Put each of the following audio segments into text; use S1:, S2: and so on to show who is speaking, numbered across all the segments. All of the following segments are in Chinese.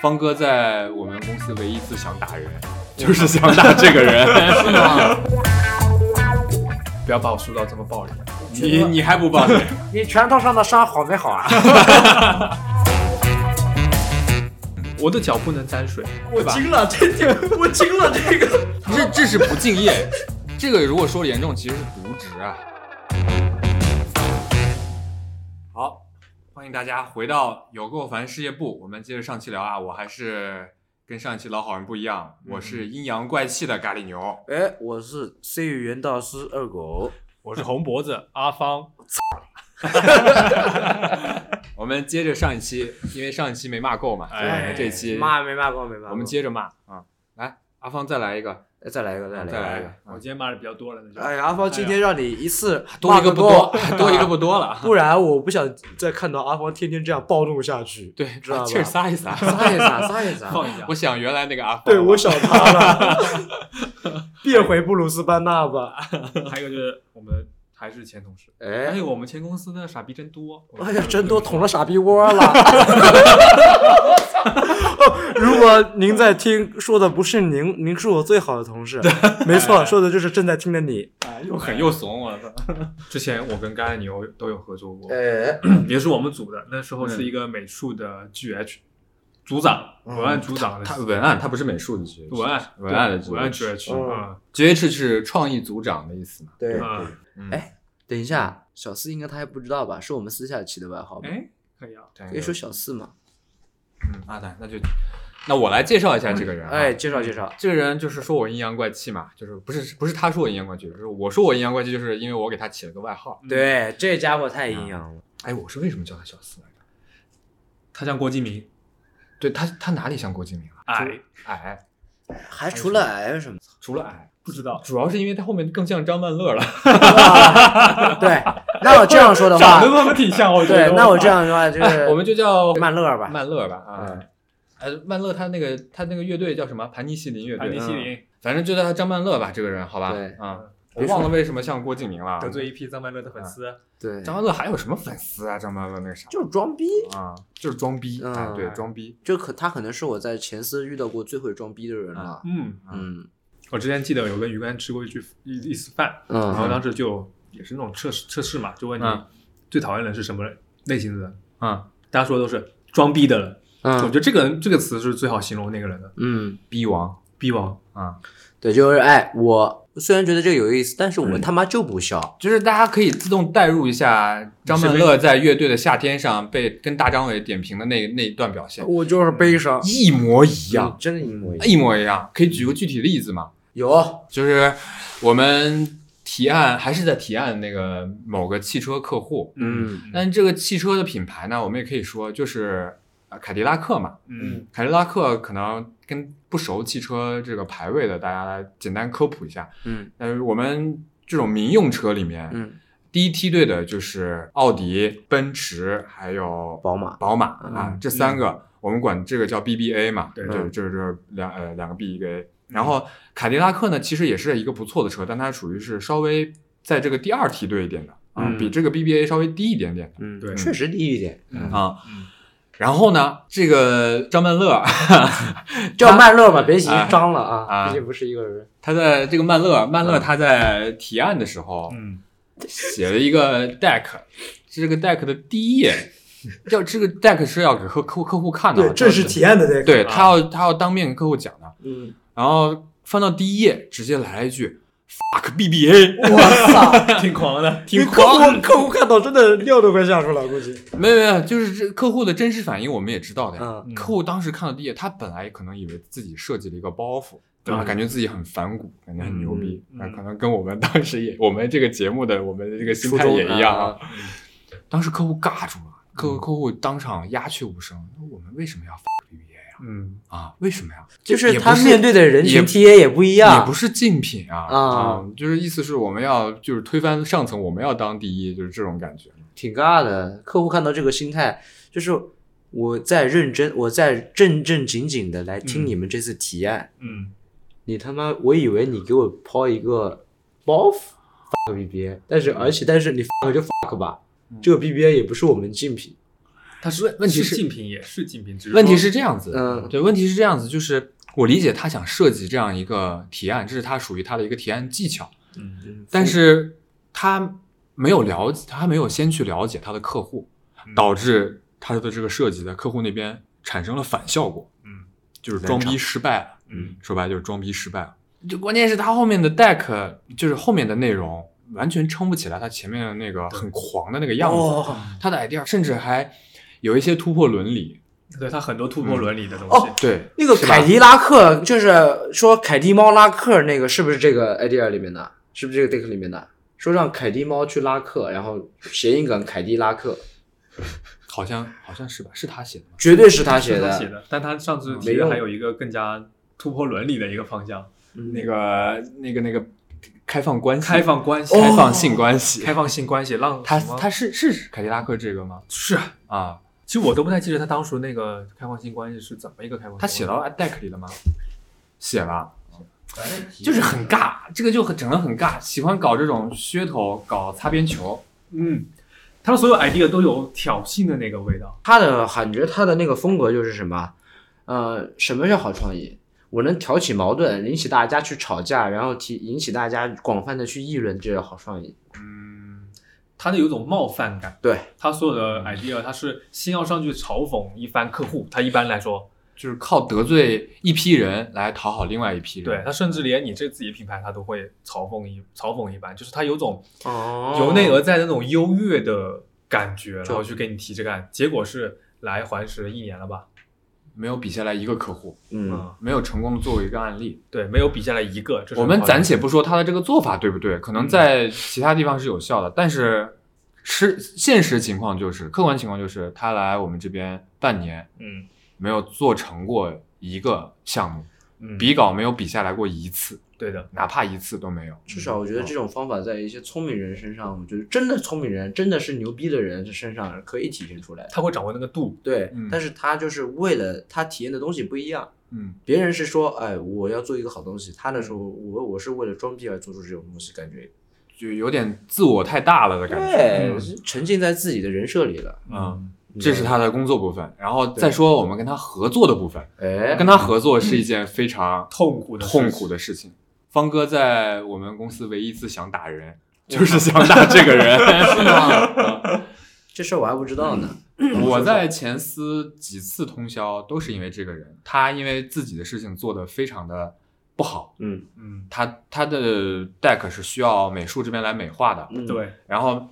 S1: 方哥在我们公司唯一一次想打人，就是想打这个 人。
S2: 是吗？
S3: 不要把我说到这么暴力。
S1: 你你还不报 警？
S4: 你拳头上的伤好没好啊？
S3: 我的脚不能沾水，
S5: 我惊 了，这这我惊了，这个
S2: 这这是不敬业，这个如果说得严重，其实是渎职啊。
S1: 好，欢迎大家回到有够烦事业部，我们接着上期聊啊。我还是跟上一期老好人不一样，我是阴阳怪气的咖喱 牛。
S4: 哎，我是 C 语言大师二狗，
S3: 我是红脖子阿芳，
S1: 我们接着上一期，因为上一期没骂够嘛，所以我们这期
S4: 骂没骂过没骂过，
S1: 我们接着骂啊。来，阿芳再来一个，
S4: 哎再来一个再来
S1: 再来一
S4: 一
S1: 个
S4: 个。
S3: 我今天骂的比较多了，那就。
S4: 哎，阿芳今天让你一次
S1: 多一个
S4: 骂
S1: 不
S4: 够
S1: 多，， 多一个不多了。
S4: 不然我不想再看到阿芳天天这样暴怒下去。
S1: 对，啊
S4: 知道吧
S1: 把气儿撒一 撒。
S4: 撒一撒，撒一撒。
S3: 放一下
S1: 我，想原来那个阿芳， 啊
S4: 对，我想他了， 变回布鲁斯班纳吧。
S3: 还有一个就是我们还是前同事，还
S4: 哎，
S3: 有我们前公司的傻逼真多，
S4: 哎呀，真多捅了傻逼窝了。 如果您在听，说的不是您，您是我最好的同 事，没错，说的就是正在听的你。
S3: 哎又狠又怂，我操！之前我跟甘牛都有合作过，
S4: 哎，
S3: 也是我们组的，那时候是一个美术的 GH 组长，
S4: 嗯
S3: 文案组长的
S1: 他文案，他不是美术的学
S3: 文案
S1: 文案的
S3: 对文案
S1: GH
S3: GH
S4: 嗯
S3: 啊，
S1: GH 是创意组长的意思嘛？
S4: 对
S3: 嗯
S1: 嗯
S2: 哎等一下，小四应该他还不知道吧？是我们私下起的外号吧？
S3: 哎，可以啊，
S2: 可以说小四嘛？
S1: 嗯啊，那那就那我来介绍一下这个人、啊。
S4: 哎，，介绍介绍。
S1: 这个人就是说我阴阳怪气嘛，就是不是不是他说我阴阳怪气，就是我说我阴阳怪气，就是因为我给他起了个外号。
S4: 对，这家伙太
S2: 嗯
S4: 阴阳了。
S1: 哎，我是为什么叫他小四来着？
S3: 他像郭敬明，哎
S1: 对他他哪里像郭敬明了？
S4: 嗯
S3: 矮，
S1: 矮，
S2: 还除了癌什么？
S1: 除了矮，
S3: 不知道
S1: 主要是因为他后面更像张曼乐了。
S4: 对，那我这样说的
S3: 长得
S4: 话，
S3: 他妈挺像，我觉得。
S4: 对，那我这样的话就是
S3: 呃
S1: 我们就叫
S4: 曼乐吧。
S1: 曼乐吧啊。呃，曼乐他那个他那个乐队叫什么？盘尼西林乐队。嗯
S3: 安迪西啊林
S1: 反正就叫他张曼乐吧，这个人好吧？
S2: 对
S1: 啊，我忘了为什么像郭敬明了。
S3: 得罪一批张曼乐的粉丝，
S2: 对，
S1: 张曼乐还有什么粉丝啊？张曼乐那个啥
S2: 就是装逼，
S1: 啊，就是装逼
S2: 嗯
S1: 啊，对，装逼。
S2: 就可他可能是我在前司遇到过最会装逼的人了。
S3: 嗯，
S2: 嗯
S3: 我之前记得有跟鱼竿吃过一句一一次饭，然后
S2: 嗯，
S3: 当时就也是那种测试测试嘛，就问你
S1: 嗯
S3: 最讨厌的人是什么类型的人，
S1: 嗯，
S3: 大家说的都是装逼的人，我
S2: 嗯
S3: 觉得这个人这个词是最好形容那个人的，
S2: 嗯，
S1: 逼王
S3: 逼王，
S1: 啊，
S2: 对，就是哎，我虽然觉得这个有意思，但是我他妈就不笑。
S1: 就是大家可以自动代入一下张曼乐在乐队的夏天上被跟大张伟点评的那那一段表
S2: 哦
S1: 现，
S4: 我就是悲
S2: 嗯
S4: 伤，
S1: 一模一样，
S4: 真的一模一样。
S1: 嗯一模一样。可以举个具体例子吗？
S2: 哎有，
S1: 就是我们提案还是在提案那个某个汽车客户，
S2: 嗯
S1: 但这个汽车的品牌呢，我们也可以说就是呃凯迪拉克嘛。
S3: 嗯
S1: 凯迪拉克可能跟不熟汽车这个排位的，大家来简单科普一下。
S2: 嗯
S1: 但是我们这种民用车里面，
S2: 嗯，
S1: 第一梯队的就是奥迪、奔驰，还有
S2: 宝马，
S1: 宝马、啊，这三个、我们管这个叫 BBA 嘛，
S3: 嗯对嗯
S1: 就
S2: 嗯
S1: 就是这两呃两个 B 一个 A。然后凯迪拉克呢，其实也是一个不错的车，但它属于是稍微在这个第二梯队一点的啊，
S3: 嗯
S1: 比这个 BBA 稍微低一点点
S2: 嗯，
S3: 对
S2: 确实低一点，
S3: 嗯
S1: 啊。
S3: 嗯
S1: 然后呢，这个张曼乐， 啊
S4: 叫曼乐吧，别提
S1: 哎
S4: 张了啊，
S1: 啊
S3: 嗯
S4: 毕竟不是一个人。
S1: 他在这个曼乐，曼乐他在提案的时候
S3: 嗯，
S1: 写了一个 deck，这个 deck 的第一页，要这个 deck 是要给客客户客户看的，
S4: 对，正式体验的这个。
S1: 对
S3: 啊
S1: 他要他要当面跟客户讲的，
S4: 嗯，
S1: 然后翻到第一页，直接来一句 fuck BBA，
S4: 我 操，
S3: 挺狂的，
S1: 挺
S4: 客
S1: 狂，
S4: 户客户看到真的尿都快吓出来，估计。
S1: 没有没有，就是这客户的真实反应我们也知道的呀。
S4: 嗯，
S3: 嗯
S1: 客户当时看到第一页，他本来可能以为自己设计了一个包袱，对吧？
S3: 嗯
S1: 感觉自己很反骨，感觉很牛逼，
S3: 嗯
S1: 那、
S3: 嗯
S1: 可能跟我们当时也我们这个节目的我们的这个心态也一样啊。当时客户尬住了，客
S4: 嗯
S1: 户客户当场鸦雀无声，我们为什么要 fuck BBA 呀、
S3: 嗯，
S1: 啊？为什么呀？
S4: 就是
S1: 也不
S4: 他面对的人群 TA 也不一
S1: 也
S4: 样
S1: 不。是竞品啊
S4: 啊
S1: 就是意思是我们要就是推翻上层，我们要当第一，就是这种感觉。
S2: 挺尬的。
S4: 客户看到这个心态，就是我在认真，我在正正经经的来听
S3: 嗯
S4: 你们这次提案。
S3: 嗯，
S4: 你他妈，我以为你给我抛一个包袱，fuck BBA，但是而且但是你 fuck 就 fuck 吧，这个 BBA 也不是我们竞品。
S1: 他是问问题
S3: 是竞
S1: 是
S3: 品也是竞品，只是
S1: 问题
S3: 说
S1: 是这样子，
S4: 嗯
S1: 对，问题是这样子，就是我理解他想设计这样一个提案，这是他属于他的一个提案技巧，
S3: 嗯
S1: 但是他没有了解，他没有先去了解他的客户，导致他的这个设计在客户那边产生了反效果，
S3: 嗯，
S1: 就是装逼失败了，
S3: 嗯
S1: 说白了就是装逼失败了。就关键是他后面的 deck 就是后面的内容完全撑不起来他前面的那个很狂的那个样子，
S4: 哦
S1: 他的 idea 甚至还有一些突破伦理，
S3: 对他很多突破伦理的东
S4: 嗯
S3: 西，
S1: 对，
S2: 那个
S1: 是吧
S2: 凯迪拉克就是说凯蒂猫拉客那个是不是这个 idea 里面的？是不是这个 deck 里面的？说让凯蒂猫去拉客，然后谐音梗凯迪拉克，
S1: 好像好像是吧？是他写的吗？
S2: 绝对是他写
S3: 是
S2: 的。
S3: 他写的。但他上次
S2: 没
S3: 提的
S2: 用
S3: 还有一个更加突破伦理的一个方向，
S1: 那个那个那个开放关系，
S3: 开放关系，
S1: 开放性关系，
S3: 开放性关系，让
S1: 他
S3: 什么
S1: 哦他是是凯迪拉克这个吗？
S3: 是，
S1: 啊，
S3: 其实我都不太记得他当初那个开放性关系是怎么一个开放性关系。
S1: 他写到 deck 里了吗？写了。就是很尬，这个就很整的很尬，喜欢搞这种噱头，搞擦边球。
S3: 嗯，他的所有 idea 都有挑衅的那个味道。
S2: 他的感觉，他的那个风格就是什么？呃，什么叫好创意？我能挑起矛盾，引起大家去吵架，然后提引起大家广泛的去议论，这叫好创意。
S1: 嗯，
S3: 他的有一种冒犯感，
S2: 对
S3: 他所有的 idea，他是先要上去嘲讽一番客户，他一般来说，
S1: 就是靠得罪一批人来讨好另外一批人。
S3: 对他甚至连你这自己品牌，他都会嘲讽一嘲讽一番，就是他有种
S2: 哦
S3: 由内而外的那种优越的感觉，然后
S2: 就
S3: 去给你提这个案，结果是来环石一年了吧，
S1: 没有比下来一个客户，
S2: 嗯，
S1: 没有成功的作为一个案例。
S3: 对，没有比下来一个，这是
S1: 我们
S3: 很
S1: 暂且不说他的这个做法对不对，可能在其他地方是有效的，但是是现实情况就是，客观情况就是，他来我们这边半年
S3: 嗯
S1: 没有做成过一个项目，
S3: 嗯
S1: 比稿没有比下来过一次，
S3: 对的，
S1: 哪怕一次都没有。嗯
S2: 至少我觉得这种方法在一些聪明人身上，我觉得真的聪明人，真的是牛逼的人这身上可以体现出来的。
S3: 他会掌握那个度，
S2: 对，
S1: 嗯
S2: 但是他就是为了他体验的东西不一样，
S1: 嗯，
S2: 别人是说，哎，我要做一个好东西，他的时候，我我是为了装逼而做出这种东西，感觉
S1: 就有点自我太大了的感觉。
S2: 对，
S3: 嗯
S2: 是沉浸在自己的人设里了。
S1: 嗯，这是他的工作部分，然后再
S2: 对
S1: 说我们跟他合作的部分，
S2: 哎，
S1: 跟他合作是一件非常
S3: 痛苦的事
S1: 痛苦的事情。方哥在我们公司唯一一次想打人，就是想打这个 人。
S2: 这事儿我还不知道呢。
S1: 我在前司几次通宵都是因为这个人，他因为自己的事情做得非常的不好，
S2: 嗯，
S3: 嗯，
S1: 他他的 deck 是需要美术这边来美化的，
S2: 嗯，
S3: 对，
S1: 然后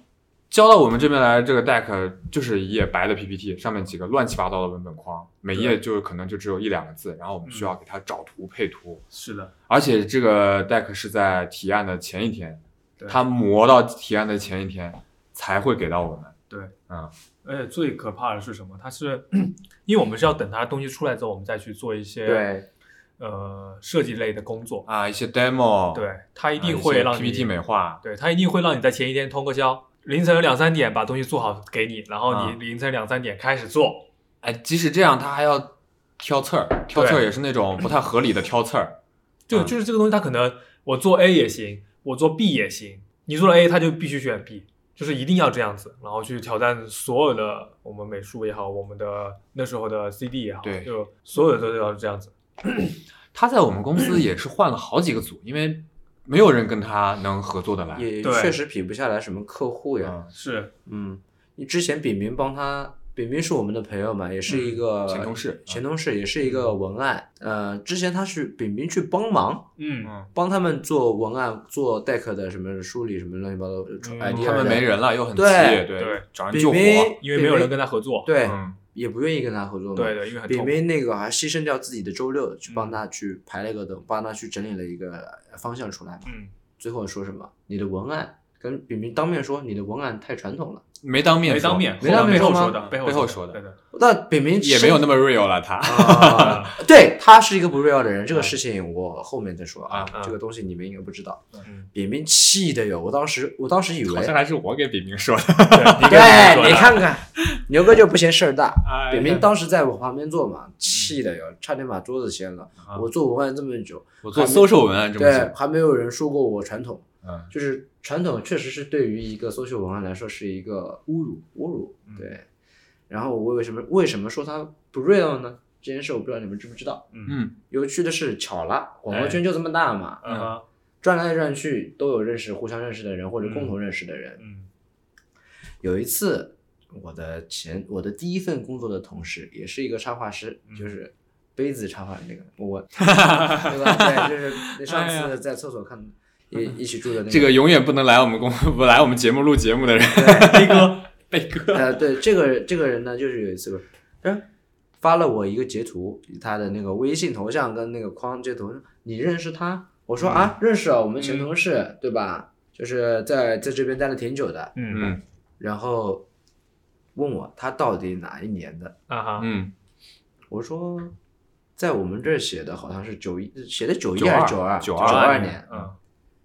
S1: 交到我们这边来，这个 deck 就是一页白的 PPT，上面几个乱七八糟的文本框，每页就可能就只有一两个字，然后我们需要给它找图配图，
S3: 是的，
S1: 而且这个 deck 是在提案的前一天，
S3: 对
S1: 它磨到提案的前一天才会给到我们。
S3: 对，
S1: 嗯，
S3: 而且最可怕的是什么？它是 因为我们是要等它的东西出来之后，我们再去做一些
S2: 对，
S3: 呃设计类的工作。
S1: 啊，一些 demo，啊，
S3: 对，它一
S1: 一
S3: 定
S1: 些
S3: 会让你
S1: PPT 美化，
S3: 对，它一定会让你在前一天通个宵，凌晨两三点把东西做好给你，然后
S1: 啊
S3: 你凌晨两三点开始做。
S1: 哎，即使这样，他还要挑刺儿，挑刺儿
S3: 对
S1: 也是那种不太合理的挑刺儿。
S3: 就
S1: 啊
S3: 就是这个东西，它可能我做 A 也行，我做 B 也行。你做了 A，它就必须选 B，就是一定要这样子，然后去挑战所有的我们美术也好，我们的那时候的 CD 也好，
S1: 对
S3: 就所有的都要这样子。
S1: 他在我们公司也是换了好几个组，因为没有人跟他能合作的来。
S2: 也
S3: 对
S2: 确实比不下来什么客户呀。
S1: 嗯
S3: 是，
S2: 嗯，你之前炳明帮他，炳明是我们的朋友嘛，也是一个
S1: 嗯前同事啊
S2: 前同事也是一个文案。呃，之前他是炳明去帮忙。
S3: 嗯
S1: 嗯
S2: 帮他们做文案、做 deck 的什么梳理、什么乱七八糟哎
S3: 嗯
S2: 的 idea 的，
S1: 他们没人了，又很急，
S2: 对
S1: 对
S3: 对，
S1: 找人
S2: 炳
S1: 救
S2: 明，
S1: 火。
S3: 因为没有人
S2: 炳明
S3: 跟他合作。
S2: 对，
S1: 嗯，
S2: 也不愿意跟他合作嘛。
S3: 对的，因为很
S2: 北
S3: 痛苦。
S2: 威那个还牺牲掉自己的周六去
S1: 嗯
S2: 帮他去排了一个灯，帮他去整理了一个方向出来嘛。
S3: 嗯，
S2: 最后说什么？你的文案跟炳明当面说你的文案太传统了。
S1: 没当面
S3: 没
S1: 说，
S3: 当面，
S2: 没当面
S3: 背后
S2: 说吗
S3: 说的，背
S1: 背后
S3: 后
S1: 说的
S3: 对的，
S2: 那炳明
S1: 也没有那
S2: 么、
S1: 么 real 了他。
S2: 啊对他是一个不 real 的人，
S1: 嗯
S2: 这个事情我后面再说啊，
S3: 嗯嗯
S2: 这个东西你们应该不知道。
S3: 嗯，
S2: 炳明气的哟，我当时我当时以
S1: 好
S2: 为
S1: 像，还是我给炳明说的。
S2: 对，你看看牛哥就不嫌事儿大。
S1: 哎嗯
S2: 炳明当时在我旁边坐嘛，气的哟，差点把桌子掀了。我做文案这么久，
S1: 我 做搜售文案啊这么
S2: 对
S1: 久，，
S2: 还没有人说过我传统。
S1: 嗯，
S2: 就是传统确实是对于一个 social 文案来说是一个
S1: 侮辱。
S2: 侮辱
S3: 嗯，
S2: 对。然后我为什么为什么说它不 real 呢？这件事我不知道你们知不知道。
S1: 嗯，
S2: 有趣的是，巧了，广
S1: 哎
S2: 播圈就这么大嘛，
S3: 嗯哼
S2: 转来转去都有认识、互相认识的人或者共同认识的人。
S3: 嗯
S2: 有一次，我的前我的第一份工作的同事也是一个插画师，
S1: 嗯
S2: 就是杯子插画那个 我，对吧？对，就是那上
S1: 哎呀
S2: 次在厕 所看一一起住的那个
S1: 这个永远不能来我们公不来我们节目录节目的人，
S3: 飞哥，
S1: 贝哥，
S2: 呃，对，这个这个人呢，就是有一次，嗯，发了我一个截图，他的那个微信头像跟那个框截图，你认识他？
S1: 嗯
S2: 我说、啊，认识啊，我们前同事，对吧？就是在在这边待了挺久的，
S3: 嗯
S1: 嗯
S2: 然后问我他到底哪一年的，
S3: 啊哈，
S1: 嗯，
S2: 我说在我们这儿写的好像是九一，写的九一
S1: 92
S2: 还是九二？九
S1: 92
S2: 二年。
S3: 嗯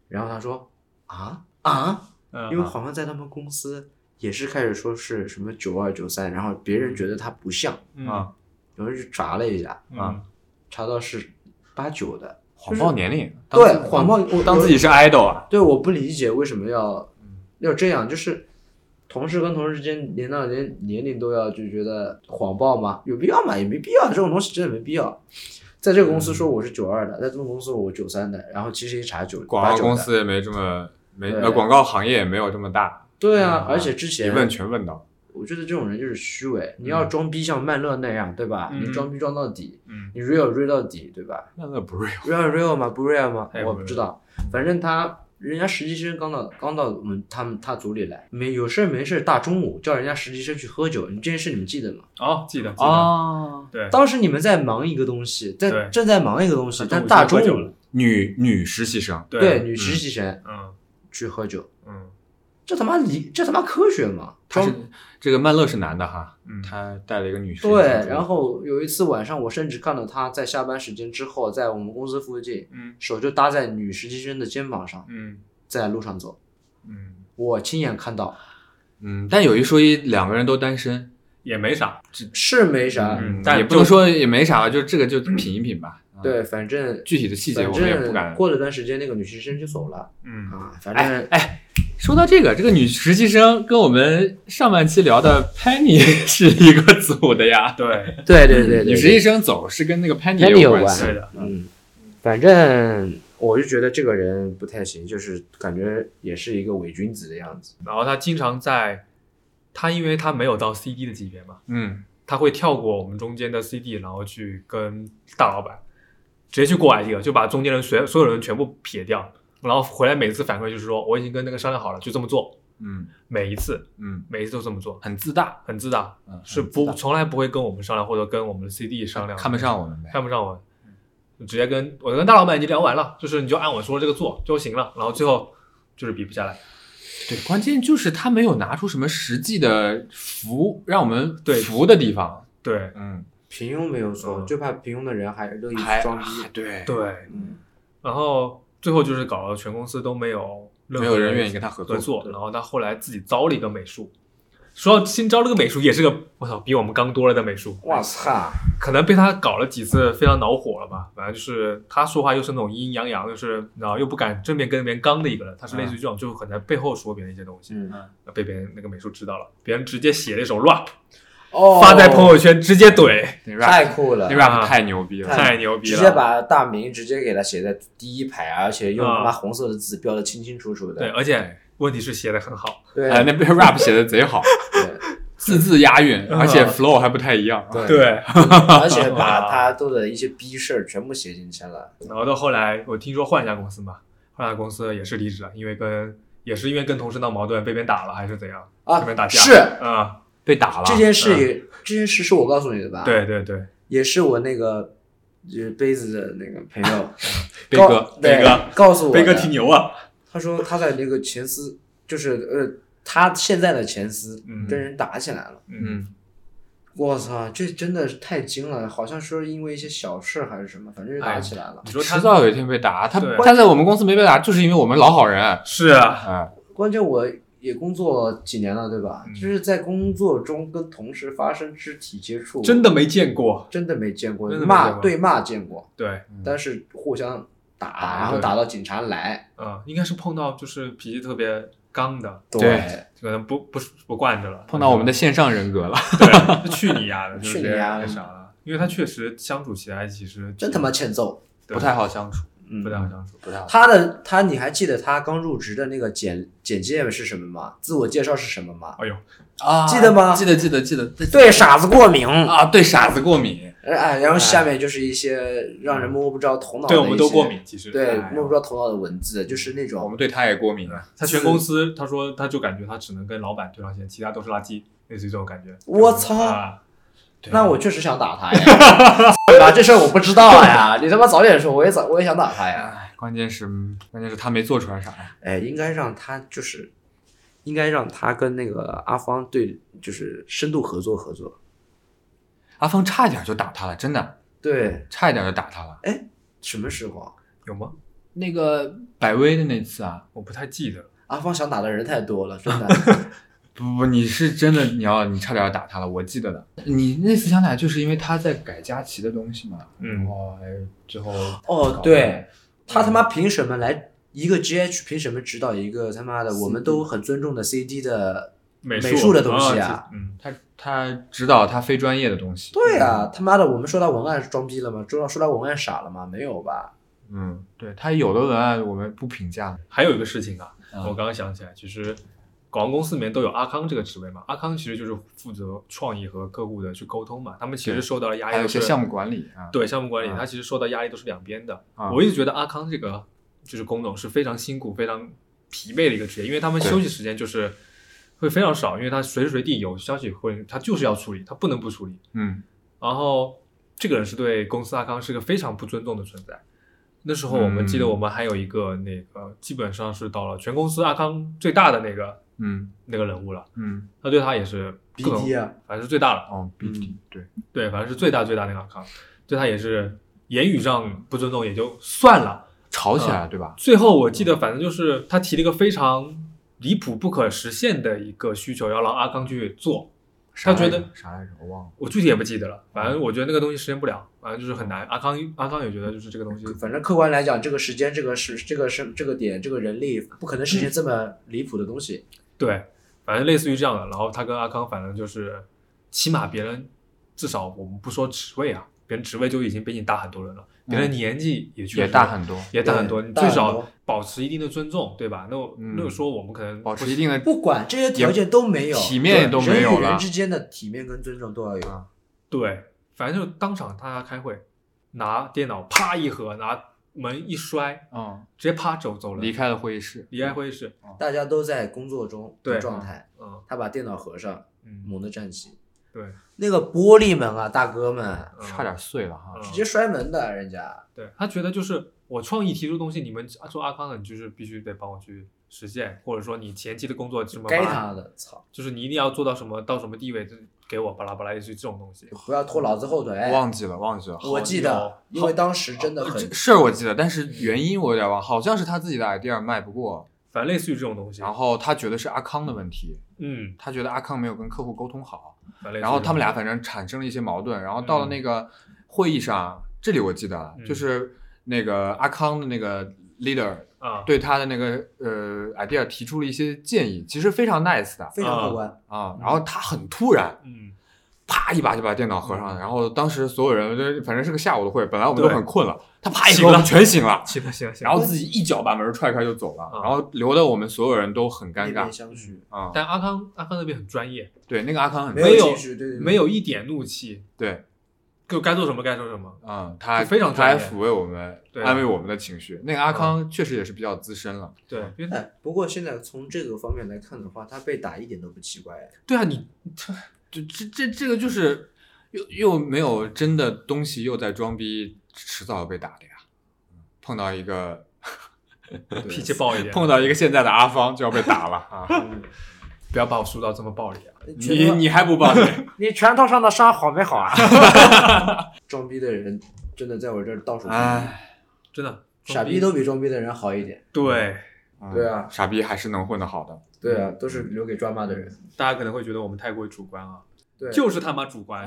S2: 然后他说啊啊，
S3: 嗯，
S2: 因为好像在他们公司也是开始说是什么九二九三，然后别人觉得他不像，
S3: 啊
S2: 有人去查了一下，
S3: 啊
S2: 查到是八九的。
S1: 谎报年龄，当
S2: 对
S1: 自，
S2: 谎报我
S1: 当自己是 idol 啊，
S2: 对，我不理解为什么要要这样，就是同事跟同事之间，连到连年龄都要就觉得谎报吗？有必要吗？也没必要，这种东西真的没必要。在这个公司
S1: 嗯
S2: 说我是九二的，在这个公司我九三的，然后其实一查九
S1: 广告公
S2: 89的
S1: 司也没这么没
S2: 对
S1: 呃广告行业也没有这么大，
S2: 对啊
S1: 嗯，
S2: 而且之
S1: 一
S2: 前
S1: 问嗯全问到，
S2: 我觉得这种人就是虚伪，你要装逼像曼乐那样，对吧？
S3: 嗯
S2: 你装逼装到底，
S3: 嗯
S2: 你 real real 到底，对吧？
S1: 那那不 real，
S2: real real 吗？不 real 吗
S3: 哎？
S2: 我
S3: 不
S2: 不
S3: real
S2: 知道，反正他人家实习生刚到刚到我们他们他组里来，没有事儿没事儿大中午叫人家实习生去喝酒，你这件事你们记得吗？
S3: 哦，记得记得，
S1: 哦，
S3: 对，
S2: 当时你们在忙一个东西，在
S3: 对
S2: 正在忙一个东西，
S3: 他中
S2: 但
S3: 午
S2: 大
S3: 去喝
S2: 中
S3: 酒
S2: 午
S3: 了
S1: 女女实习生，
S2: 对
S3: 对，
S2: 女实习生
S3: 嗯
S2: 去喝酒，
S3: 嗯
S2: 这他妈理这他妈科学吗？
S1: 他是
S2: 装
S1: 这个曼乐是男的哈，
S3: 嗯，
S1: 他带了一个女实习生，
S2: 对，然后有一次晚上，我甚至看到他在下班时间之后，在我们公司附近，
S3: 嗯
S2: 手就搭在女实习生的肩膀上，
S3: 嗯
S2: 在路上走，
S3: 嗯，
S2: 我亲眼看到，
S1: 嗯，但有一说一，两个人都单身，
S3: 也没啥，
S2: 是没啥，
S3: 嗯但
S1: 但也
S3: 就
S1: 不能说也没啥吧，就这个就品一品吧。啊，
S2: 对，反正
S1: 具体的细节
S2: 反
S1: 我们也不敢
S2: 正。过了段时间，那个女实习生就走了
S3: 嗯
S2: 啊，反正、
S1: 哎哎，说到这个，这个女实习生跟我们上半期聊的 Penny 是一个组的呀。
S3: 对
S2: 对对对
S1: 女
S2: 对
S1: 实
S2: 对，
S1: 习生走是跟那个 Penny
S2: Penny
S1: 也
S2: 有
S1: 关
S2: 关
S1: 系。
S3: 对的，
S2: 嗯，反正我就觉得这个人不太行，就是感觉也是一个伪君子的样子。
S3: 然后他经常在，他因为他没有到 CD 的级别嘛，
S1: 嗯，
S3: 他会跳过我们中间的 CD，然后去跟大老板直接去过 idea，就把中间人所有所有人全部撇掉，然后回来每次反馈就是说我已经跟那个商量好了，就这么做，
S1: 嗯
S3: 每一次
S1: 嗯，
S3: 每一次都这么做，
S1: 很自大，
S3: 很自大，
S1: 嗯，很
S3: 是
S1: 自
S3: 不
S1: 大
S3: 从来不会跟我们商量或者跟我们的 CD 商量，
S1: 看不上我们呗。
S3: 看不上我，直接跟我跟大老板已经聊完了，就是你就按我说的这个做就行了，然后最后就是比不下来，
S1: 对，关键就是他没有拿出什么实际的服让我们
S3: 对
S1: 服的地方。
S3: 对
S1: 嗯，
S2: 平庸没有错，
S3: 嗯
S2: 就怕平庸的人还乐意
S1: 还
S2: 装逼。
S1: 对，
S3: 对，
S2: 嗯，
S3: 然后最后就是搞到全公司都没有任
S1: 没
S3: 何
S1: 有人愿意跟他合
S3: 合
S1: 作。
S3: 作，然后他后来自己招了一个美术，说到新招了个美术也是个我操比我们刚多了的美术，
S2: 哇操！
S3: 可能被他搞了几次非常恼火了吧，反正就是他说话又是那种阴阴阳阳，就是然后又不敢正面跟别人刚的一个人，他是类似于这种，就很在背后说别人一些东西，
S2: 嗯，
S3: 呃被别人那个美术知道了，别人直接写了一首 rap
S2: 哦
S3: 发在朋友圈，直接怼，
S1: 那 rap
S2: 太酷了
S1: 那，rap
S3: 啊
S1: 太牛逼了。
S3: 太牛逼
S2: 直
S3: 了，
S2: 接把大名直接给他写在第一排，而且用
S3: 啊
S2: 他
S1: 嗯
S2: 妈红色的字标的清清楚楚
S3: 对，
S2: 的。
S3: 而且问题是写的很好，
S2: 对
S1: 哎，那边 rap 写的贼好，
S2: 对
S1: 字字押韵，
S3: 嗯
S1: 而且 flow 还不太一样。啊
S2: 对
S3: 对，
S2: 而且 把他做的一些逼事儿全部写进去了。
S3: 然后到后来，我听说换一家公司嘛，换一家公司也是离职了，因为跟也是因为跟同事闹矛盾，被别人打了还是怎样，
S2: 啊
S3: 被别人打架
S2: 是
S3: 啊、
S1: 被打了
S2: 这件事也，这件事是我告诉你的吧？，
S3: 嗯对对对，
S2: 也是我那个就是杯子的那个朋 友
S1: 飞
S2: 告
S1: 哥，
S2: 对
S3: 飞哥
S2: 告诉我的，
S3: 飞哥挺牛啊，
S2: 他说他在那个前司，就是呃，他现在的前司
S3: 嗯
S2: 跟人打起来了。
S3: 嗯
S1: 嗯，
S2: 我操，这真的是太惊了！好像说因为一些小事还是什么，反正就
S3: 哎
S2: 打起来了。
S3: 你说他
S1: 迟早有一天被打。他
S3: 对
S1: 他在我们公司没被打，就是因为我们老好人。
S3: 是啊，
S1: 哎，
S2: 关键我也工作几年了，对吧？
S3: 嗯
S2: 就是在工作中跟同事发生肢体接触，
S3: 真的没见过，
S2: 真的没见过，
S3: 真的没见
S2: 骂
S3: 过
S2: 对骂见过，
S3: 对，
S2: 但是互相打，
S3: 嗯打
S2: 然后
S3: 对
S2: 打到警察来，
S3: 嗯，应该是碰到就是脾气特别刚的，
S1: 对
S3: 可能不不是不惯着了，
S1: 碰到我们的线上人格了。
S3: 对，去你丫 的，就是
S2: 去你丫的
S3: 那啥了，因为他确实相处起来其实
S2: 真他妈欠揍，
S3: 对
S1: 不太好相处，
S2: 嗯
S3: 不太好相处，
S1: 不太好。
S2: 他的他，你还记得他刚入职的那个简简介是什么吗？自我介绍是什么吗？
S3: 哎呦，
S1: 啊
S2: 记得吗
S1: 记得记得记得。对
S2: 对傻子过敏，
S1: 啊，对傻子过敏，
S2: 哎，然后下面就是一些让人摸不着头脑的，
S3: 对我们都过，敏，其实
S2: 对
S3: 哎
S2: 摸不着头脑的文字，就是那
S1: 我们
S2: 种
S1: 对他也过敏啊。
S3: 他全公司，他说他就感觉他只能跟老板对上线，其他都是垃圾，类似于这种感觉。
S2: 我操
S3: 啊对
S2: 那我确实想打他 呀，对吧？这事儿我不知道呀，你他妈早点说，我也早我也想打他呀。
S1: 哎，关键是关键是他没做出来啥呀。
S2: 哎，应该让他就是，应该让他跟那个阿芳对，就是深度合作合作。
S1: 阿峰差一点就打他了，真的
S2: 对，
S1: 差一点就打他了。
S2: 什么时候啊？
S3: 有吗？
S1: 那个百威的那次啊，
S3: 我不太记得了。
S2: 阿芳想打的人太多了， 真的。
S1: 不不，你是真的，你要你差点要打他了，我记得的。你那次想打，就是因为他在改佳琪的东西嘛，然
S3: 嗯，
S1: 后还最后
S2: 哦，对，他他妈凭什么来一个 GH？凭什么指导一个他妈的我们都很尊重的 CD 的？
S3: 美
S2: 美术的东西啊
S3: 这嗯，
S1: 他他指导他非专业的东西。
S2: 对啊，他妈的，我们说他文案是装逼了吗？说他说他文案傻了吗？没有吧？
S1: 嗯，对他有的文案我们不评价。
S3: 还有一个事情啊，
S1: 嗯
S3: 我刚刚想起来，其实广告公司里面都有阿康这个职位嘛，阿康其实就是负责创意和客户的去沟通嘛，他们其实
S1: 对
S3: 受到的压力
S1: 还有一些
S3: 都是
S1: 项目管理啊，
S3: 对项目管理，
S1: 啊
S3: 他其实受到压力都是两边的。
S1: 啊
S3: 我一直觉得阿康这个就是工种是非常辛苦、非常疲惫的一个职业，因为他们
S1: 对
S3: 休息时间就是会非常少，因为他随时随地有消息会，他就是要处理，他不能不处理。
S1: 嗯，
S3: 然后这个人是对公司阿康是个非常不尊重的存在。那时候我们
S1: 嗯
S3: 记得我们还有一个那个，基本上是到了全公司阿康最大的那个
S1: 嗯
S3: 那个人物了，
S1: 嗯，
S3: 他对他也是各种
S2: BD 啊，
S3: 反正是最大了。
S1: 哦，BT
S3: 嗯
S1: 对，
S3: 对，反正是最大最大那个 account，对他也是言语上不尊重也就算了。
S1: 吵起来
S3: 嗯
S1: 了对吧？
S3: 最后我
S1: 嗯
S3: 记得，反正就是他提了一个非常离谱、不可实现的一个需求，要让阿康去做。
S1: 啥
S3: 他觉
S1: 来着
S3: 得
S1: 啥来着？我忘了。
S3: 我具体也不记得了，反正我觉得那个东西实现不了，反正就是很难。阿康阿康也觉得就是这个东西，
S2: 反正客观来讲，这个时间、这个时、这个是这个点、这个人力，不可能实现这么离谱的东西。
S3: 对，反正类似于这样的。然后他跟阿康，反正就是起码别人至少我们不说职位啊，别人职位就已经比你大很多人了，别人
S1: 嗯
S3: 年纪也确
S1: 也
S3: 实
S1: 大很多，
S3: 也大很多，
S2: 对
S3: 你
S2: 大
S3: 最
S2: 很
S3: 少
S2: 多
S3: 保持一定的尊重，对吧？那我、
S1: 嗯
S3: 那我说我们可能
S1: 保持
S3: 不
S1: 一定的
S2: 不管这些条件都没有，
S1: 体面也都没有
S2: 人与人
S1: 了。
S2: 之间的体面跟尊重都要有。
S1: 啊
S3: 对，反正就当场大家开会，拿电脑啪一合，拿门一摔，
S1: 嗯，
S3: 直接啪走走了，
S1: 离开了会议室。
S3: 离开会议室，
S2: 大家都在工作中的
S3: 对
S2: 状态，
S3: 嗯
S2: 他把电脑合上，
S3: 嗯，
S2: 猛地站起。
S3: 对，
S2: 那个玻璃门啊，大哥们，
S3: 嗯
S1: 差点碎了哈
S3: 嗯，
S2: 直接摔门的，人家
S3: 对他觉得就是我创意提出东西，你们啊做阿康的，你就是必须得帮我去实现，或者说你前期的工作什么，
S2: 该他的，操！
S3: 就是你一定要做到什么到什么地位，就给我巴拉巴拉，类似于这种东西。
S2: 不要拖老子后腿。
S3: 嗯
S1: 忘记了忘记了。
S2: 我记得，因为当时真的
S1: 呃
S2: 很
S1: 这事儿我记得，但是原因我有点忘，好像是他自己的 idea 卖不过，
S3: 反正类似于这种东西，
S1: 然后他觉得是阿康的问题，
S3: 嗯，
S1: 他觉得阿康没有跟客户沟通好，
S3: 反正类似于
S1: 然后
S3: 这
S1: 他们
S3: 种
S1: 俩反正产生了一些矛盾，然后到了那个会议上，这里我记得了，
S3: 嗯
S1: 就是那个阿康的那个 leader
S3: 啊，
S1: 对他的那个呃 idea 提出了一些建议，其实非常 nice 的
S2: 非常客观，
S1: 啊，然后他很突然，
S3: 嗯。
S1: 啪一把就把电脑合上了，然后当时所有人就反正是个下午的会，本来我们都
S3: 对
S1: 很困了，他啪一
S3: 醒
S1: 合我
S3: 了
S1: 们全醒了，
S3: 行了行了行
S1: 然后自己一脚把门踹开就走了，
S3: 嗯
S1: 然后留得我们所有人都很尴
S2: 面面
S1: 尬
S2: 相觑，
S1: 啊、
S3: 但阿康阿康那边很专业，
S1: 对，那个阿康很
S3: 没有
S2: 情绪，对对对，
S3: 没有一点怒气，
S1: 对，
S3: 就该做什么该说什么。
S1: 嗯，他还
S3: 非常
S1: 他还
S3: 专业
S1: 抚慰我们，
S3: 对
S1: 安慰我们的情绪。那个阿康确实也是比较资深了，
S3: 对，因为他
S2: 哎，不过现在从这个方面来看的话，他被打一点都不奇怪。
S3: 对啊，你
S1: 就这这这个就是又又没有真的东西，又在装逼，迟早要被打的呀。碰到一个
S3: 脾气暴一点，
S1: 碰到一个现在的阿芳就要被打 了啊！
S3: 不要把我塑造这么暴力啊！
S2: 觉
S1: 你
S2: 得
S1: 你还不暴力？
S2: 你拳头上的伤好没好啊？装逼的人真的在我这儿倒数第一，
S1: 哎，
S3: 真的，
S2: 傻逼都比装逼的人好一点。
S3: 对。
S2: 对啊
S1: 傻逼还是能混得好的。
S2: 对啊，都是留给抓骂的人。
S3: 大家可能会觉得我们太过于主观啊，
S2: 对，啊
S3: 就是他妈主观。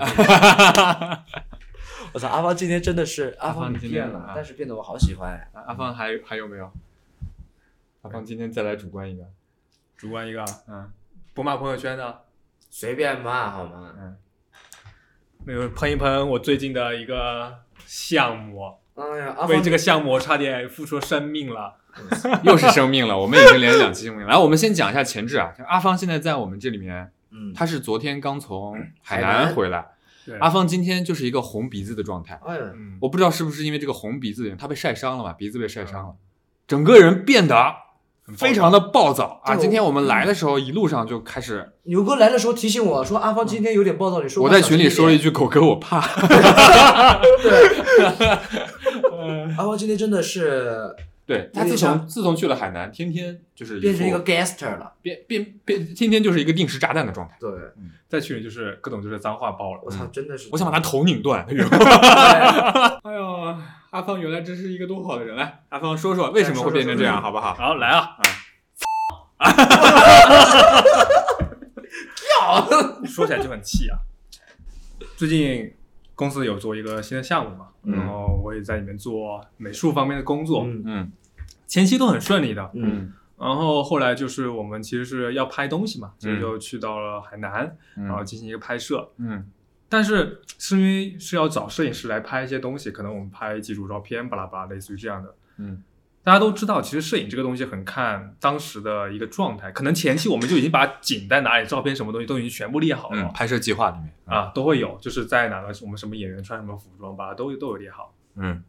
S2: 我操，阿芳今天真的是阿
S1: 芳
S2: 芳
S1: 你
S2: 你
S1: 变
S2: 变
S1: 了
S3: 啊
S2: 了，但是变得我好喜欢哎。
S1: 阿阿芳还还有没有？阿芳今天再来主观一个，
S3: 主观一个啊，
S1: 嗯，
S3: 不骂朋友圈的，
S2: 随便骂好吗？
S3: 没有喷一喷我最近的一个项目，
S2: 哎呀，阿
S3: 为
S2: 芳
S3: 这个项目我差点付出生命了。
S1: 又是生命了，我们已经连了两期生命了。来，我们先讲一下前置啊，就阿芳现在在我们这里面，
S2: 嗯，
S1: 她是昨天刚从海
S2: 海
S1: 南
S2: 南
S1: 回来，
S3: 对
S1: 阿芳今天就是一个红鼻子的状态，
S2: 哎呀，
S3: 嗯，
S1: 我不知道是不是因为这个红鼻子的原因，她被晒伤了嘛，鼻子被晒伤了，整个人变得非常的暴躁啊。
S2: 对
S1: 今天我们来的时候，一路上就开始，
S2: 牛哥来的时候提醒我说阿芳今天有点暴躁，你说
S1: 我
S2: 话
S1: 在
S2: 小
S1: 群
S2: 心
S1: 里说了一
S2: 点
S1: 句“狗哥我怕”，
S2: 阿芳今天真的是
S1: 对他
S2: 因为
S1: 自
S2: 他
S1: 从自从去了海南，天天就是
S2: 变成一
S1: 副
S2: 个 gangster 了。
S1: 变变变，天天就是一个定时炸弹的状态。
S2: 对，
S3: 在群里就是各种就是脏话爆了
S2: 我。操，真的是，
S1: 我想把他头拧断。
S2: 他，
S1: 哎呦，阿芳原来真是一个多好的人！来，阿芳说说为什么会变成这样，好不好？
S3: 好，来 啊， 说起来就很气啊。最近公司有做一个新的项目嘛，
S2: 嗯
S3: 然后我也在里面做美术方面的工作，
S2: 嗯
S1: 嗯
S3: 前期都很顺利的。
S2: 嗯，
S3: 然后后来就是我们其实是要拍东西嘛，所以
S1: 嗯
S3: 就去到了海南，然后
S1: 嗯
S3: 进行一个拍摄。
S1: 嗯
S3: 但是是因为是要找摄影师来拍一些东西，可能我们拍几组照片，巴拉巴拉，类似于这样的。
S1: 嗯，
S3: 大家都知道，其实摄影这个东西很看当时的一个状态，可能前期我们就已经把景在哪里、照片什么东西都已经全部列好了
S1: 嗯，，拍摄计划里面，
S3: 啊，都会有，就是在哪个我们什么演员穿什么服装吧，都都有列好。
S1: 嗯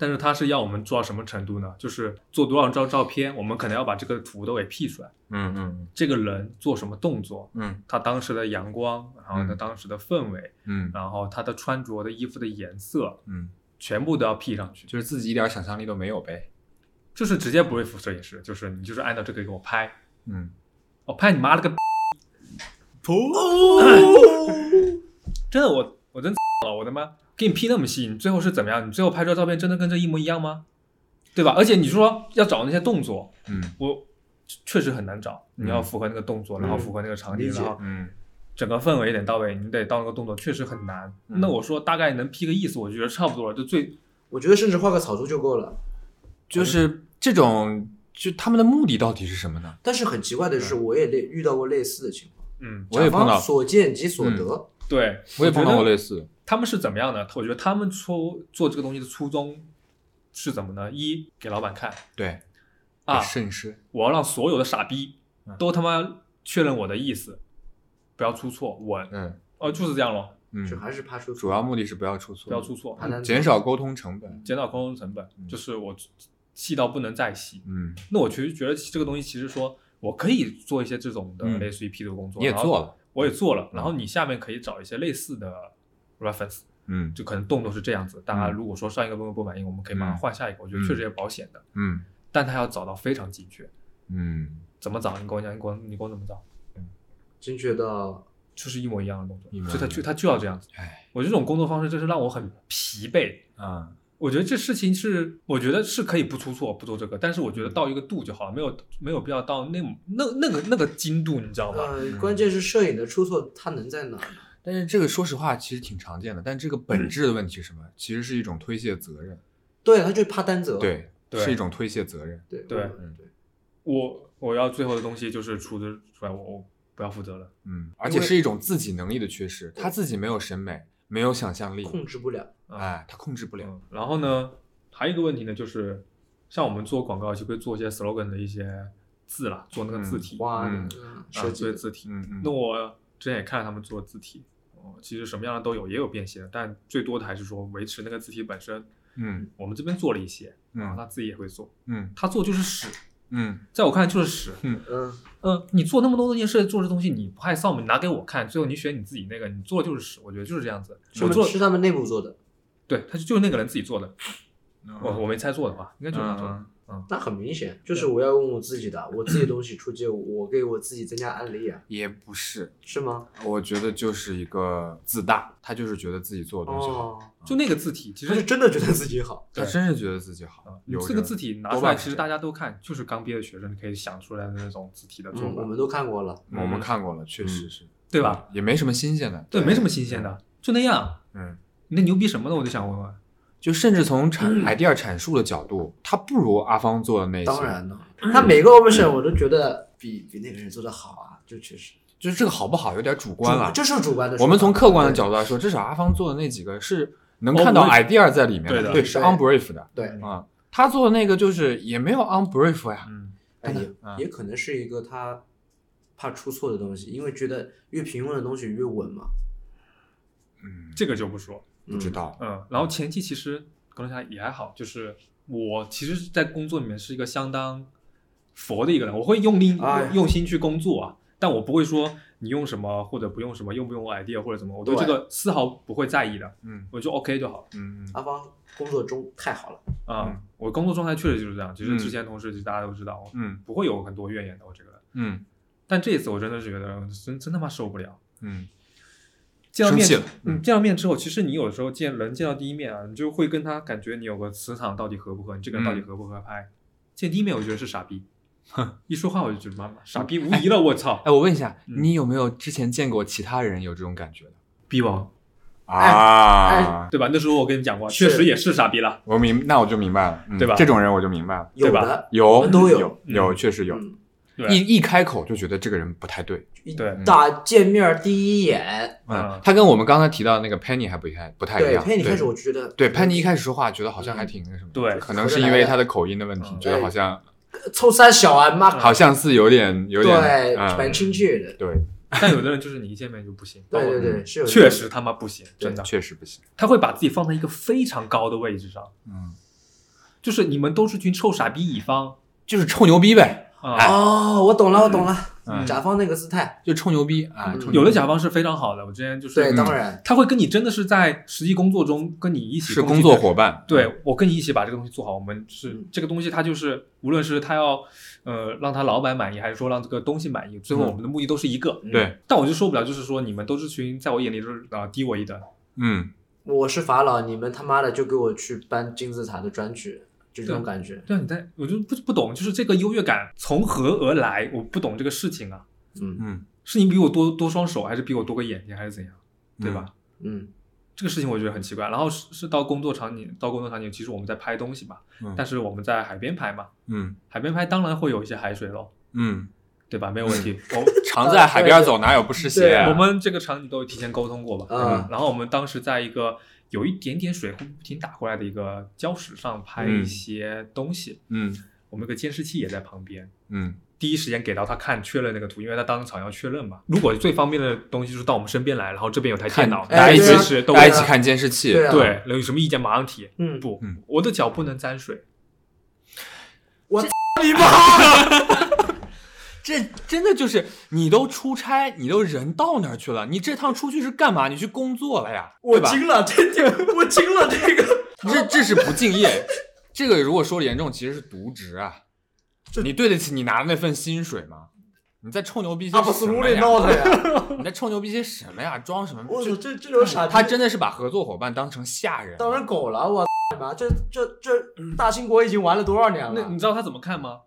S3: 但是他是要我们做到什么程度呢？就是做多少张照片，我们可能要把这个图都给 P 出来，
S1: 嗯嗯
S3: 这个人做什么动作，
S1: 嗯
S3: 他当时的阳光，然后他
S1: 嗯
S3: 当时的氛围，
S1: 嗯
S3: 然后他的穿着的衣服的颜色，
S1: 嗯，
S3: 全部都要 P 上去，就
S1: 就是自己一点想象力都没有呗。
S3: 就是直接不会服摄影师，就是你就是按照这个给我拍，
S1: 嗯，
S3: 我、拍你妈 了个 真的我我真 了，我他妈给你 P 那么细，你最后是怎么样？你最后拍出来照片真的跟这一模一样吗？对吧？而且你说要找那些动作，
S1: 嗯
S3: 我确实很难找，你要符合那个动作，然后符合那个场景，
S2: 嗯理解
S3: 然后
S1: 嗯
S3: 整个氛围也得到位，你得到那个动作确实很难。
S1: 嗯
S3: 那我说大概能 P 个意思，我觉得差不多了，就最
S2: 我觉得甚至画个草图就够了。
S1: 就是这种，就他们的目的到底是什么呢？
S2: 但是很奇怪的是，我也类遇到过类似的情况，
S3: 嗯
S1: 嗯我也
S2: 甲
S1: 碰到
S2: 方所见即所得。
S3: 对，
S1: 我也碰到
S3: 觉
S1: 过
S3: 得
S1: 类似。
S3: 他们是怎么样的？我觉得他们出做这个东西的初衷是怎么呢？一给老板看
S1: 对
S3: 啊，
S1: 摄影师，
S3: 我要让所有的傻逼
S1: 嗯
S3: 都他妈确认我的意思，不要出错，稳，
S1: 嗯
S3: 哦，就是这样咯，
S2: 就
S1: 嗯，
S2: 还是怕出
S1: 主要目的是不要出错，
S3: 不要出错
S2: 怕，难
S1: 减少沟通成本。
S3: 减少沟通成本
S1: 嗯，
S3: 就是我细到不能再细。
S1: 嗯，
S3: 那我其实觉得这个东西，其实说我可以做一些这种的
S1: 嗯
S3: 类似于 P 图工作，
S1: 你也
S3: 然后
S1: 做，了，
S3: 我也做了，
S1: 嗯
S3: 然后你下面可以找一些类似的 reference，
S1: 嗯
S3: 就可能动作是这样子。大家
S1: 嗯
S3: 如果说上一个动作不满意，我们可以马上
S1: 嗯
S3: 换下一个，我觉得确实也保险的。
S1: 嗯
S3: 但他要找到非常精确，
S1: 嗯，
S3: 怎么找？你跟我讲，你给我你给我怎么找？
S2: 精确到
S3: 就是一模一样的动作
S1: 一模，一
S3: 所以他
S1: 样
S3: 就他就要这样子。
S1: 哎，
S3: 我这种工作方式真是让我很疲惫。
S1: 啊，
S3: 我觉得这事情是，我觉得是可以不出错，不做这个，但是我觉得到一个度就好了，没有没有必要到那那那个那个精度，你知道吗？
S1: 嗯
S2: 呃，关键是摄影的出错，它能在哪儿呢？
S1: 但是这个说实话其实挺常见的，但这个本质的问题是什么？其实是一种推卸责任，
S2: 对，他就怕担责。
S1: 对，
S3: 对
S1: 是一种推卸责任。
S2: 对
S3: 对
S2: 嗯对，
S3: 我我要最后的东西就是出的出来，我我不要负责了。
S1: 嗯，而且是一种自己能力的缺失，他自己没有审美，没有想象力，
S2: 控制不了。
S3: 啊、
S1: 哎，他控制不了。
S3: 嗯，然后呢，还有一个问题呢，就是像我们做广告就会做一些 slogan 的一些字啦，做那个字体，
S2: 花的
S1: 嗯
S2: 嗯
S3: 啊，
S2: 设计
S3: 做一些
S2: 的
S3: 字体，
S1: 嗯嗯
S3: 那我之前也看了他们做字体，哦，其实什么样的都有，也有变形的，但最多的还是说维持那个字体本身。
S1: 嗯
S3: 我们这边做了一些，然后
S1: 嗯
S3: 他自己也会做，
S1: 嗯
S3: 他做就是屎，
S1: 嗯
S3: 在我看来就是屎。
S2: 嗯，
S3: 嗯，你做那么多件事，做这东西你不害臊吗？你拿给我看，最后你选你自己那个，你做的就是屎，我觉得就是这样子。
S2: 是
S3: 我
S2: 不
S3: 做
S2: 是是他们内部做的？
S3: 对，他就就是那个人自己做的，
S1: 嗯，
S3: 我我没猜错的话，应该就是他做的。
S1: 嗯
S2: 那很明显，就是我要用我自己的，我自己东西出街，我给我自己增加案例啊，
S1: 也不是，
S2: 是吗？
S1: 我觉得就是一个自大，他就是觉得自己做的东西好，
S2: 哦，
S3: 就那个字体，其
S2: 他是
S3: 实
S2: 真的觉得自己好。
S1: 他真是觉得自己
S3: 啊
S1: 好，，
S3: 你
S1: 有
S3: 这个
S1: 着
S3: 字体拿
S1: 多
S3: 出来，
S1: 半是
S3: 其
S1: 这
S3: 实大
S1: 样
S3: 家都看，就是刚毕业的学生可以想出来的那种字体的做
S2: 嗯，
S3: 法
S2: 我，们都看过了。
S1: 我们看过了，确实
S2: 嗯
S1: 是，
S3: 对吧？
S1: 也没什么新鲜的。
S3: 对，没什么新鲜的，就那样。
S1: 嗯
S3: 你那牛逼什么呢？我就想问问，
S1: 就甚至从产 idea 阐述的角度，它不如阿芳做的那些。
S2: 当，然了，他每个 option 我都觉得比比那个人做的好啊，就确实
S1: 就是这个好不好有点主观了。
S2: 这是主观的说法。
S1: 我们从客观的角
S2: 度，
S1: 度来说，至少阿芳做的那几个是能看到
S3: Unbrief
S1: idea 在里面
S3: 对的
S1: 对，是
S2: 对
S1: on brief 的
S2: 对，
S1: 啊。他做的那个就是也没有 on brief 呀，
S3: 嗯，
S2: 哎，也
S1: 嗯
S2: 也可能是一个他怕出错的东西，因为觉得越平庸的东西越稳嘛。
S1: 嗯，
S3: 这个就不说。
S1: 不知
S2: 嗯，
S1: 道，
S3: 嗯，然后前期其实格伦侠也还好，就是我其实，在工作里面是一个相当佛的一个人，我会用力、
S2: 哎呀
S3: 用心去工作啊，但我不会说你用什么或者不用什么，用不用 idea 或者怎么，我对
S2: 对
S3: 这个丝毫不会在意的，
S1: 嗯
S3: 我就 OK 就好了。
S1: 嗯嗯
S2: 阿芳工作中太好了，
S3: 啊、
S1: 嗯
S3: 我工作状态确实就是这样，其
S1: 嗯
S3: 实之前同事其实大家都知道，
S1: 嗯
S3: 不会有很多怨言的，我这个人。
S1: 嗯
S3: 但这一次我真的是觉得真真他妈受不了。
S1: 嗯
S3: 见到面
S1: 生气了
S3: 嗯，见到面之后，其实你有时候见人见到第一面啊，你就会跟他感觉你有个磁场到底合不合，你这个人
S1: 嗯
S3: 到底合不合拍。见第一面我觉得是 傻逼，一说话我就觉得妈妈傻逼无疑了，我 操！
S1: 哎，我问一下，
S3: 嗯
S1: 你有没有之前见过其他人有这种感觉的
S3: 逼王
S2: 哎
S1: 啊？
S3: 对吧？那时候我跟你讲过，
S2: 是
S3: 确实也是傻逼了。
S1: 我明，那我就明白了，嗯
S3: 对吧
S1: 这种人我就明白了，
S2: 有
S3: 对吧
S2: 的我
S1: 有
S2: 们都有
S1: 有
S3: 嗯
S1: 有，确实有。
S2: 嗯
S3: 对
S1: 一一开口就觉得这个人不太对，
S3: 对
S2: 打见面第一眼，
S1: 嗯
S3: 嗯，
S1: 他跟我们刚才提到的那个 Penny 还不太不太一
S2: 对，
S1: 样。
S2: 佩妮
S1: 哎对
S2: 开始我就觉得，
S1: 对 Penny 一开始说话觉得好像还挺那什么，
S3: 对
S1: 可能是因为他的口音的问题，
S3: 嗯
S1: 觉得好像
S2: 臭三小啊，妈，
S3: 嗯
S1: 好像是有点有点
S2: 对，蛮
S1: 嗯
S2: 亲切的，
S1: 对，
S3: 但有的人就是你一见面就不行，包
S2: 对
S3: 括
S2: 对
S1: 嗯
S2: 对，是有
S3: 确实他妈不行，真的，
S1: 确实不行。
S3: 他会把自己放在一个非常高的位置上，
S1: 嗯，
S3: 就是你们都是群臭傻逼乙方
S1: 就是臭牛逼呗，
S3: 啊。
S2: 哦，我懂了，我懂了，
S1: 哎嗯
S2: 甲方那个姿态，
S1: 就臭牛逼啊！
S2: 嗯
S1: 臭牛逼
S3: 有的甲方是非常好的，我之前就是
S2: 对，
S1: 嗯
S2: 当然，
S3: 他会跟你真的是在实际工作中跟你一起
S1: 是
S3: 共
S1: 工
S3: 进
S1: 作伙伴，
S3: 对我跟你一起把这个东西做好，我们是
S2: 嗯
S3: 这个东西，它就是无论是他要呃让他老板满意，还是说让这个东西满意，最后
S1: 嗯
S3: 我们的目的都是一个。
S2: 嗯
S1: 对，
S3: 但我就受不了，就是说你们都是群在我眼里都是啊、呃低我一等，
S1: 嗯，
S2: 我是法老，你们他妈的就给我去搬金字塔的专举，就这种
S3: 对
S2: 感觉，
S3: 对啊，你在我就不不懂，就是这个优越感从何而来？我不懂这个事情啊，
S2: 嗯
S1: 嗯，
S3: 是你比我多多双手，还是比我多个眼睛，还是怎样，对吧？
S2: 嗯，
S3: 这个事情我觉得很奇怪。然后是是到工作场景，到工作场景，其实我们在拍东西嘛，
S1: 嗯
S3: 但是我们在海边拍嘛，
S1: 嗯？
S3: 海边拍当然会有一些海水喽，
S1: 嗯
S3: 对吧？没有问题。我
S1: 嗯，常在海边走，哪有不湿鞋
S2: 对
S1: 啊？
S3: 我们这个场景都有提前沟通过吧？
S2: 嗯
S3: 然后我们当时在一个有一点点水会不停打过来的一个礁石上拍一些东西，
S1: 嗯
S3: 我们有个监视器也在旁边。
S1: 嗯
S3: 第一时间给到他看确认那个图，因为他当场要确认嘛。如果最方便的东西就是到我们身边来，然后这边有台电脑，
S1: 看
S3: 大家
S2: 哎
S3: 一
S2: 对
S3: 起
S2: 啊
S3: 是都
S1: 大家一
S3: 对
S1: 起看监视器，
S2: 对啊，
S3: 对，有什么意见马上提。
S2: 嗯，
S3: 不
S1: 嗯，
S3: 我的脚不能沾水，
S1: 这真的就是你都出差，你都人到那儿去了，你这趟出去是干嘛？你去工作了呀，
S5: 我
S1: 对吧？
S5: 惊了，这这我惊了，这 个
S1: 这这是不敬业， 这个如果说的严重，其实是渎职啊。你对得起你拿的那份薪水吗？你在臭牛逼些
S2: 阿布
S1: 什
S2: 斯
S1: 么
S2: 鲁里
S1: 呀？
S2: 闹的 呀，
S1: 你在臭牛逼些什么呀？装什么？
S2: 我
S1: 就
S2: 操，这这种傻逼，
S1: 他真的是把合作伙伴当成下人。
S2: 当成狗了，我妈，这这这大兴国已经玩了多少年
S3: 那
S2: 了
S3: 你？知道他怎么看吗？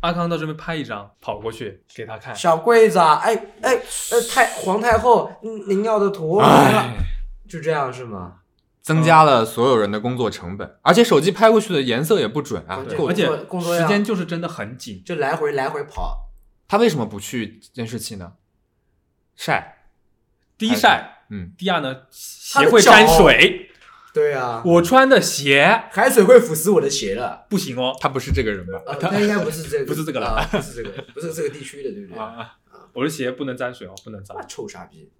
S3: 阿康到这边拍一张，跑过去给他看，
S2: 小桂子啊，哎哎，呃，太皇太后嗯您要的图，
S1: 唉，
S2: 就这样是吗？
S1: 增加了所有人的工作成本，而且手机拍过去的颜色也不准啊。
S2: 对
S1: 够
S3: 而且
S2: 工作工作
S3: 时
S2: 量
S3: 间就是真的很紧。
S2: 就来回来回跑，
S1: 他为什么不去监视器呢？晒，
S3: 第一晒，
S1: 嗯，
S3: 第二呢鞋会沾水，
S2: 对啊，
S3: 我穿的鞋
S2: 海水会腐蚀我的鞋了。
S3: 不行哦。
S1: 他不是这个人吧？
S2: 呃，那应该不是这个，
S3: 不是这个了
S2: 啊，不是这个，不是这个地区的，对不对？他
S3: 啊，我的鞋不能沾水哦，不能沾
S2: 妈。臭傻逼！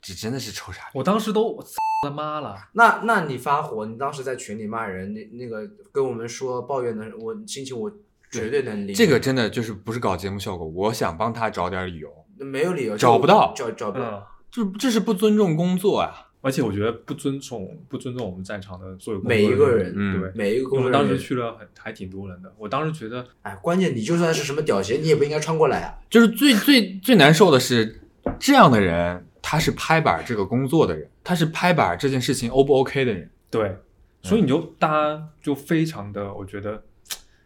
S1: 这真的是臭傻逼。
S3: 我当时都我操他妈了，
S2: 那那你发火，你当时在群里骂人，那那个跟我们说抱怨的，我心情我绝对能理解。
S1: 这个真的就是不是搞节目效果，我想帮他找点理由，
S2: 没有理由，
S1: 找不到
S2: 找找不到。
S3: 嗯。
S1: 这这是不尊重工作啊。
S3: 而且我觉得不尊重不尊重我们在场的所有工作
S2: 每一个人
S1: 嗯
S3: 对。
S2: 每一个
S3: 因为
S2: 工
S3: 我
S2: 作
S3: 们当时
S2: 人员
S3: 去了很还挺多人的，我当时觉得
S2: 哎，关键你就算是什么屌鞋，你也不应该穿过来啊。
S1: 就是最最最难受的是，这样的人他是拍板这个工作的人，他是拍板这件事情 O 不 OK 的人。
S3: 对，
S2: 嗯
S3: 所以你就大家就非常的，我觉得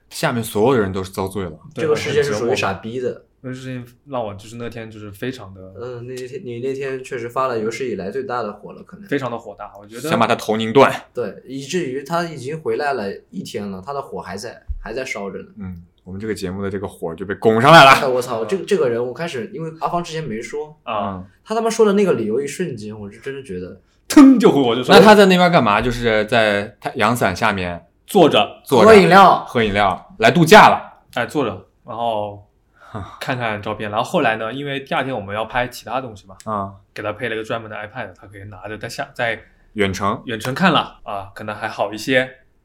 S1: 下面所有的人都是遭罪了，
S3: 对
S2: 这个世界是
S3: 很折
S2: 属
S3: 磨
S2: 于傻逼的。
S3: 那事情让我就是那天就是非常的
S2: 嗯，那天你那天确实发了有史以来最大的火了，可能
S3: 非常的火大，我觉得
S1: 想把他头拧断。
S2: 对，以至于他已经回来了一天了，他的火还在，还在烧着呢。
S1: 嗯，我们这个节目的这个火就被拱上来了。
S2: 哎，我操，这个这个人，我开始因为阿芳之前没说，
S3: 啊，
S1: 嗯
S2: 他他妈说的那个理由，一瞬间我是真的觉得，
S3: 腾就回我就说
S1: 那他在那边干嘛？就是在太阳伞下面
S3: 坐着，
S1: 坐着
S2: 喝饮料，
S1: 喝饮料来度假了。
S3: 哎坐着，然后
S1: 啊
S3: 看看照片，然后后来呢，因为第二天我们要拍其他东西嘛，
S1: 啊，
S3: 给他配了一个专门的 iPad，他可以拿着在下在
S1: 远程
S3: 远程看了啊，可能还好一些，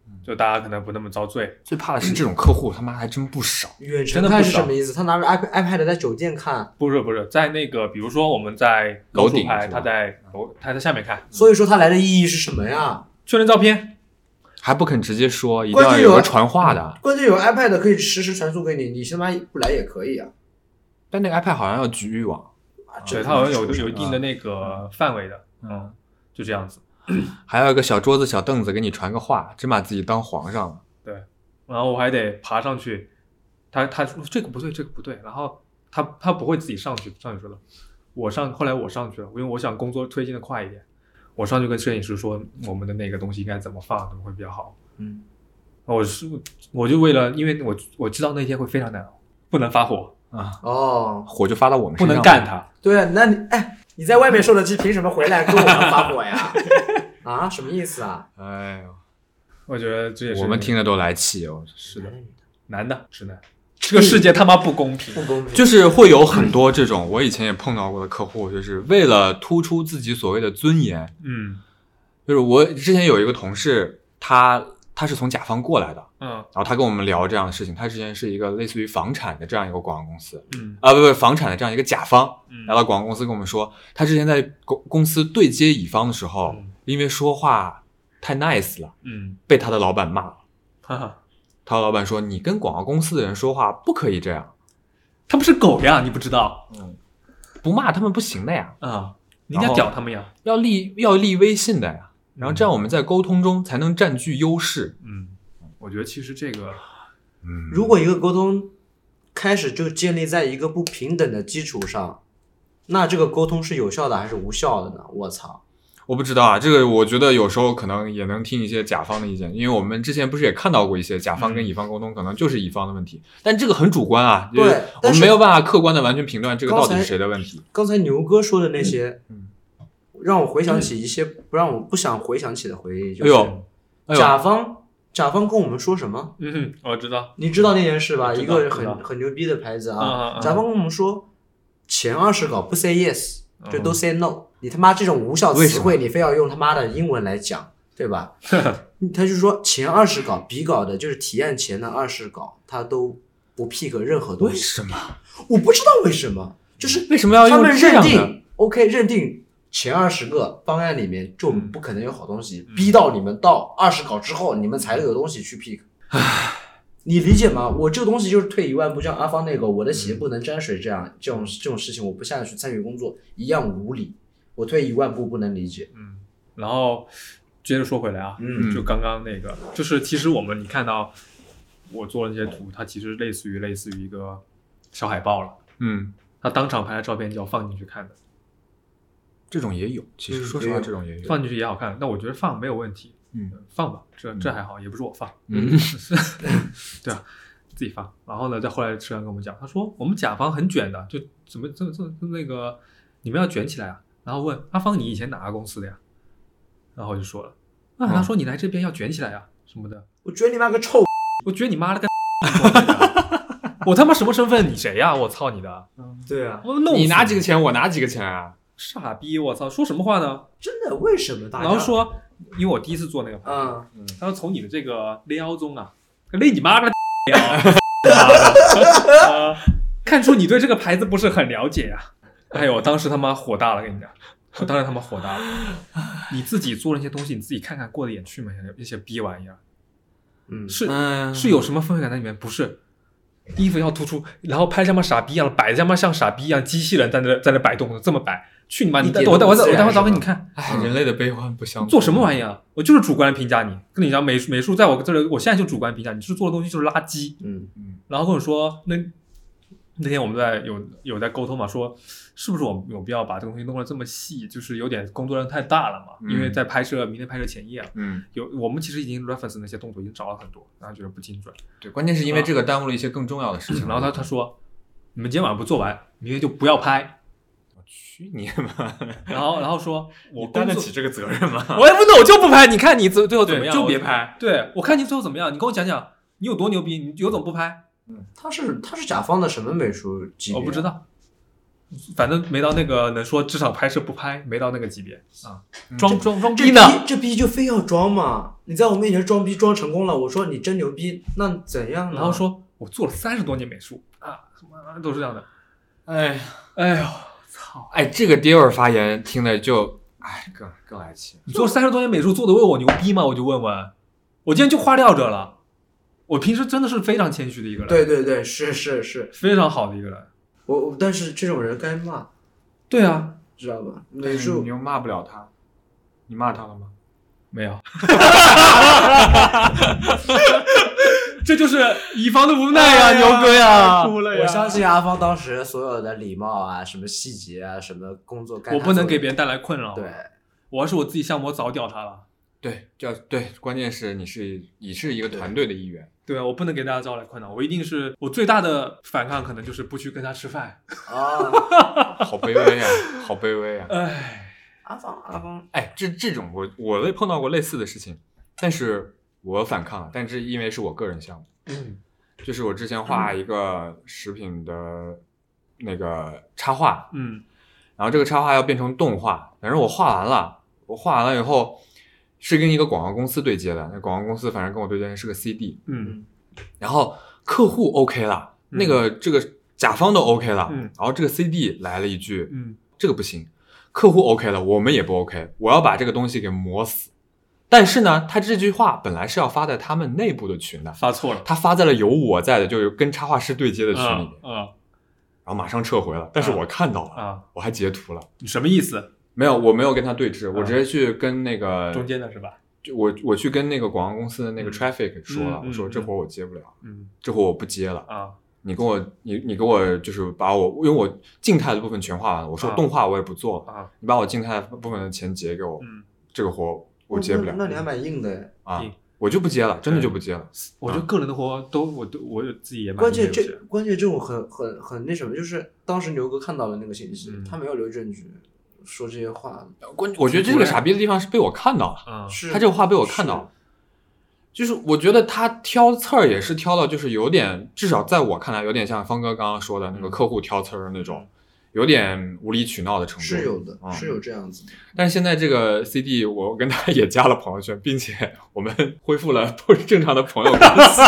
S1: 嗯
S3: 就大家可能不那么遭罪。
S1: 最怕的是这种客户，他妈还真不少。
S2: 远
S3: 真
S2: 程
S3: 的不嗯
S2: 看是
S3: 少
S2: 什么意思？他拿着 i iPad 在酒店看，
S3: 不是不是，在那个比如说我们在
S1: 楼
S3: 高处
S1: 顶
S3: 拍，
S1: 是吧嗯
S3: 他在楼他在下面看，
S2: 所以说他来的意义是什么呀？
S3: 确认照片，
S1: 还不肯直接说，一定
S2: 关
S1: 要
S2: 键
S1: 有
S2: 有
S1: 个
S2: 啊
S1: 传话的。
S2: 关键有 iPad 可以实时传送给你，你他妈不来也可以啊。
S1: 但那个 iPad 好像要局域网，
S2: 啊
S3: 对
S2: 这
S3: 他好像有
S2: 这
S3: 有一定
S1: 啊
S3: 的那个范围的，嗯，就这样子。
S1: 还有一个小桌子、小凳子给你传个话，真把自己当皇上了。
S3: 然后我还得爬上去，他他说这个不对，这个不对，然后他他不会自己上去上去说的，我上后来我上去了，因为我想工作推进的快一点，我上去跟摄影师说我们的那个东西应该怎么放，怎么会比较好，
S2: 嗯，
S3: 我是我就为了，因为我我知道那天会非常难熬，不能发火，
S1: 啊，
S2: 哦，
S1: 火就发到我们
S3: 不
S1: 身上
S3: 能
S1: 了，
S3: 干他，
S2: 对啊，那你哎，你在外面受了气，凭什么回来跟我们发火呀？啊，什么意思啊？
S1: 哎呦，
S3: 我觉得这也是
S1: 我们听着都来气哦。
S3: 是的，男的直男，这个世界他妈不公平，
S2: 不公平，
S1: 就是会有很多这种，我以前也碰到过的客户，就是为了突出自己所谓的尊严，
S3: 嗯
S1: 就是我之前有一个同事，他他是从甲方过来的，
S3: 嗯
S1: 然后他跟我们聊这样的事情，他之前是一个类似于房产的这样一个广告公司，
S3: 嗯
S1: 啊，不不，房产的这样一个甲方
S3: 嗯
S1: 来到广告公司跟我们说，他之前在公公司对接乙方的时候，
S3: 嗯
S1: 因为说话太 nice 了，
S3: 嗯，
S1: 被他的老板骂了。
S3: 哈哈，
S1: 他的老板说：“你跟广告公司的人说话不可以这样，
S3: 他不是狗呀，你不知道
S1: 不骂他们不行的呀，
S3: 啊，你应
S1: 然
S3: 该
S1: 后
S3: 屌他们呀，
S1: 要立要立威信的呀。然后这样我们在沟通中才能占据优势。
S3: 嗯，我觉得其实这个，
S1: 嗯
S2: 如果一个沟通开始就建立在一个不平等的基础上，那这个沟通是有效的还是无效的呢？我操！
S1: 我不知道啊，这个我觉得有时候可能也能听一些甲方的意见，因为我们之前不是也看到过一些甲方跟乙方沟通，可能就是乙方的问题，但这个很主观啊，就是
S2: 对
S1: 我
S2: 但
S1: 们
S2: 是
S1: 没有办法客观的完全评断这个到底是谁的问题。
S2: 刚才牛哥说的那些，
S1: 嗯
S2: 让我回想起一些不让我不想回想起的回忆，就
S1: 哎
S2: 是、
S1: 呦，哎
S2: 甲
S1: 呦，
S2: 方甲方跟我们说什么？
S3: 嗯，我知道，
S2: 你知道那件事吧？
S3: 知
S2: 一
S3: 道
S2: 个
S3: 知道
S2: 很很牛逼的牌子
S3: 嗯嗯
S2: 啊，
S3: 嗯
S2: 甲方跟我们说，前二十稿不 say yes 就
S3: 嗯
S2: 都 say no，你他妈这种无效
S1: 为什
S2: 词
S1: 么
S2: 汇，你非要用他妈的英文来讲，对吧？他就说前二十稿比稿的，就是提案前的二十稿，他都不 pick 任何东
S1: 为
S2: 西，
S1: 什么
S2: 我不知道为什么，就是
S1: 为什么要
S2: 他
S1: 用
S2: 们
S1: 这
S2: 认
S1: 样的？
S2: 定 OK 认定前二十个方案里面就不可能有好东西，逼到你们到二十稿之后，你们才有东西去 pick。你理解吗？我这个东西就是退一万步，像阿芳那个我的鞋不能沾水这样这种这种事情，我不下去参与工作一样无理。我退一万步不能理解。
S3: 嗯，然后接着说回来啊，
S2: 嗯
S3: 就刚刚那个，就是其实我们你看到我做的那些图，它其实类似于类似于一个小海报了，
S1: 嗯，
S3: 他当场拍的照片就要放进去看的，
S1: 这种也有，其实
S2: 嗯
S1: 说实
S2: 也
S1: 话，
S2: 有
S1: 这种也有。
S3: 放进去也好看，那我觉得放没有问题，呃
S1: 嗯
S3: 放吧，这
S1: 嗯
S3: 这还好，也不是我放，
S1: 嗯，
S3: 对啊，自己放。然后呢，再后来车阳跟我们讲，他说我们甲方很卷的，就怎么这这这那个你们要卷起来啊。然后问阿芳，你以前哪个公司的呀？然后我就说了，啊，
S1: 嗯
S3: 他说你来这边要卷起来啊什么的，
S2: 我觉得你妈个臭，
S3: 我觉得你妈了个，啊 我他妈什么身份？你谁呀、我操你的！
S2: 对啊，
S3: 我弄
S1: 你拿几
S3: 这
S1: 个钱，我拿几个钱啊？
S3: 傻逼！我操，说什么话呢？
S2: 真的为什么大家？
S3: 然后，说，因为我第一次做那个牌子，
S2: 嗯，
S3: 他说从你的这个撩中啊，勒你妈了个屌！啊看出你对这个牌子不是很了解啊！哎呦，我当时他妈火大了，跟你讲，我当时他妈火大了。你自己做那些东西，你自己看看过得眼去吗？那些逼玩意儿，
S2: 嗯，
S3: 是
S1: 嗯，
S3: 是有什么氛围感在里面？不是，衣服要突出，然后拍得像妈傻逼一样，摆得像妈像傻逼一样，机器人在那在那摆动的，这么摆，去你妈！你
S2: 一点
S3: 我待
S2: 都
S3: 我
S2: 不
S3: 待我
S2: 自然
S3: 待会
S2: 是
S3: 找
S2: 吧
S3: 给你看，
S1: 哎，人类的悲欢不相同。啊
S3: 做什么玩意儿？我就是主观评价你，跟你讲美术美术，在我这里，我现在就主观评价你，是做的东西就是垃圾。
S2: 嗯，
S1: 嗯
S3: 然后跟我说，那那天我们在有有在沟通嘛，说是不是我们有必要把这个东西弄得这么细，就是有点工作量太大了嘛？
S1: 嗯
S3: 因为在拍摄明天拍摄前夜，啊
S1: 嗯，
S3: 有我们其实已经 reference 那些动作已经找了很多，然后觉得不精准。
S1: 对，关键是因为这个耽误了一些更重要的事情。
S3: 然后他他说，你们今天晚上不做完，明天就不要拍。
S1: 去你妈！
S3: 然后然后说，我
S1: 你担得
S3: 工作
S1: 起这个责任 吗？
S3: 我也不懂，我就不拍。你看你最最后怎么
S1: 对
S3: 样？
S1: 就别
S3: 我
S1: 拍。
S3: 对我看你最后怎么样，你跟我讲讲，你有多牛逼，你有种不拍？
S2: 他是他是甲方的什么美术级别？
S3: 我不知。道，反正没到那个能说至少拍摄不拍，没到那个级别啊。装装装
S2: 这
S3: 逼
S2: 逼
S3: 呢？
S2: 这逼就非要装嘛！你在我面前装逼装成功了，我说你真牛逼，那怎样呢？
S3: 然后说我做了三十多年美术啊，什么都是这样的。
S1: 哎
S3: 哎呦，
S1: 哎，这个爹味儿发言听的就哎更更来气。
S3: 你做三十多年美术做的为我牛逼吗？我就问问，我今天就花掉这了。我平时真的是非常谦虚的一个人，
S2: 对，对对，是是是，
S3: 非常好的一个人。
S2: 我我但是这种人该骂，
S3: 对啊，
S2: 知道吧？
S1: 但
S2: 美
S1: 是
S2: 术
S1: 你又骂不了他，你骂他了吗？
S3: 没 有，这就是乙方的无奈哎呀，啊牛哥呀，哭了
S2: 我相信阿芳当时所有的礼貌啊、什么细节啊、什么工作该
S3: 我
S2: 他
S3: 不能
S2: 做
S3: 给别人带来困扰。
S2: 对，
S3: 我要是我自己项目，我早屌他了。
S1: 对，叫对，关键是你是你是一个团队的一员。
S3: 对啊，我不能给大家招来困扰，我一定是我最大的反抗，可能就是不去跟他吃饭。
S2: 啊，
S1: 好卑微呀、好卑微啊呀、
S3: 唉，
S2: 阿芳 阿芳，
S1: 哎，这这种我我类碰到过类似的事情，但是我反抗了，但是因为是我个人项目，
S3: 嗯
S1: 就是我之前画一个食品的那个插画，
S3: 嗯
S1: 然后这个插画要变成动画，反正我画完了，我画完了以后是跟一个广告公司对接的，那广告公司反正跟我对接的是个 CD，
S3: 嗯
S1: 然后客户 OK 了，那个这个甲方都 OK 了，
S3: 嗯
S1: 然后这个 CD 来了一句，
S3: 嗯
S1: 这个不行，客户 OK 了，我们也不 OK，我要把这个东西给磨死。但是呢，他这句话本来是要发在他们内部的群的，
S3: 发错了。
S1: 他发在了有我在的，就是跟插画师对接的群里面，
S3: 啊啊
S1: 然后马上撤回了。但是我看到了，
S3: 啊！
S1: 我还截图了。
S3: 你什么意思？
S1: 没有，我没有跟他对峙，
S3: 嗯
S1: 我直接去跟那个，
S3: 中间的是吧？
S1: 就我我去跟那个广告公司的那个
S3: 嗯
S1: traffic 说了，
S3: 嗯
S1: 我说
S3: 嗯
S1: 这活我接不了，
S3: 嗯
S1: 这活我不接了。
S3: 啊
S1: 你跟我，你你给我就是把我，因为我静态的部分全画完了，我说
S3: 啊
S1: 动画我也不做了，
S3: 啊
S1: 你把我静态部分的钱结给我，
S3: 嗯，
S1: 这个活我接不了
S2: 嗯那那你还蛮硬的。
S1: 啊
S3: 硬，
S1: 我就不接了，真的就不接了。
S3: 我觉得个人的活都我都我自己也蛮
S2: 关键
S3: 有
S2: 这
S3: 趣的
S2: 关键这种很很很那什么，就是当时牛哥看到了那个信息，
S3: 嗯
S2: 他没有留证据，说这些话
S1: 关，我觉得这个傻逼的地方是被我看到了，
S3: 啊
S2: 是
S1: 他这个话被我看到了。就是我觉得他挑刺儿也是挑到，就是有点，至少在我看来，有点像方哥刚刚说的那个客户挑刺儿那种，有点无理取闹的程度。
S2: 是有的，
S1: 嗯
S2: 是有这样子的。
S1: 但是现在这个 CD，我跟他也加了朋友圈，并且我们恢复了正常的朋友关系。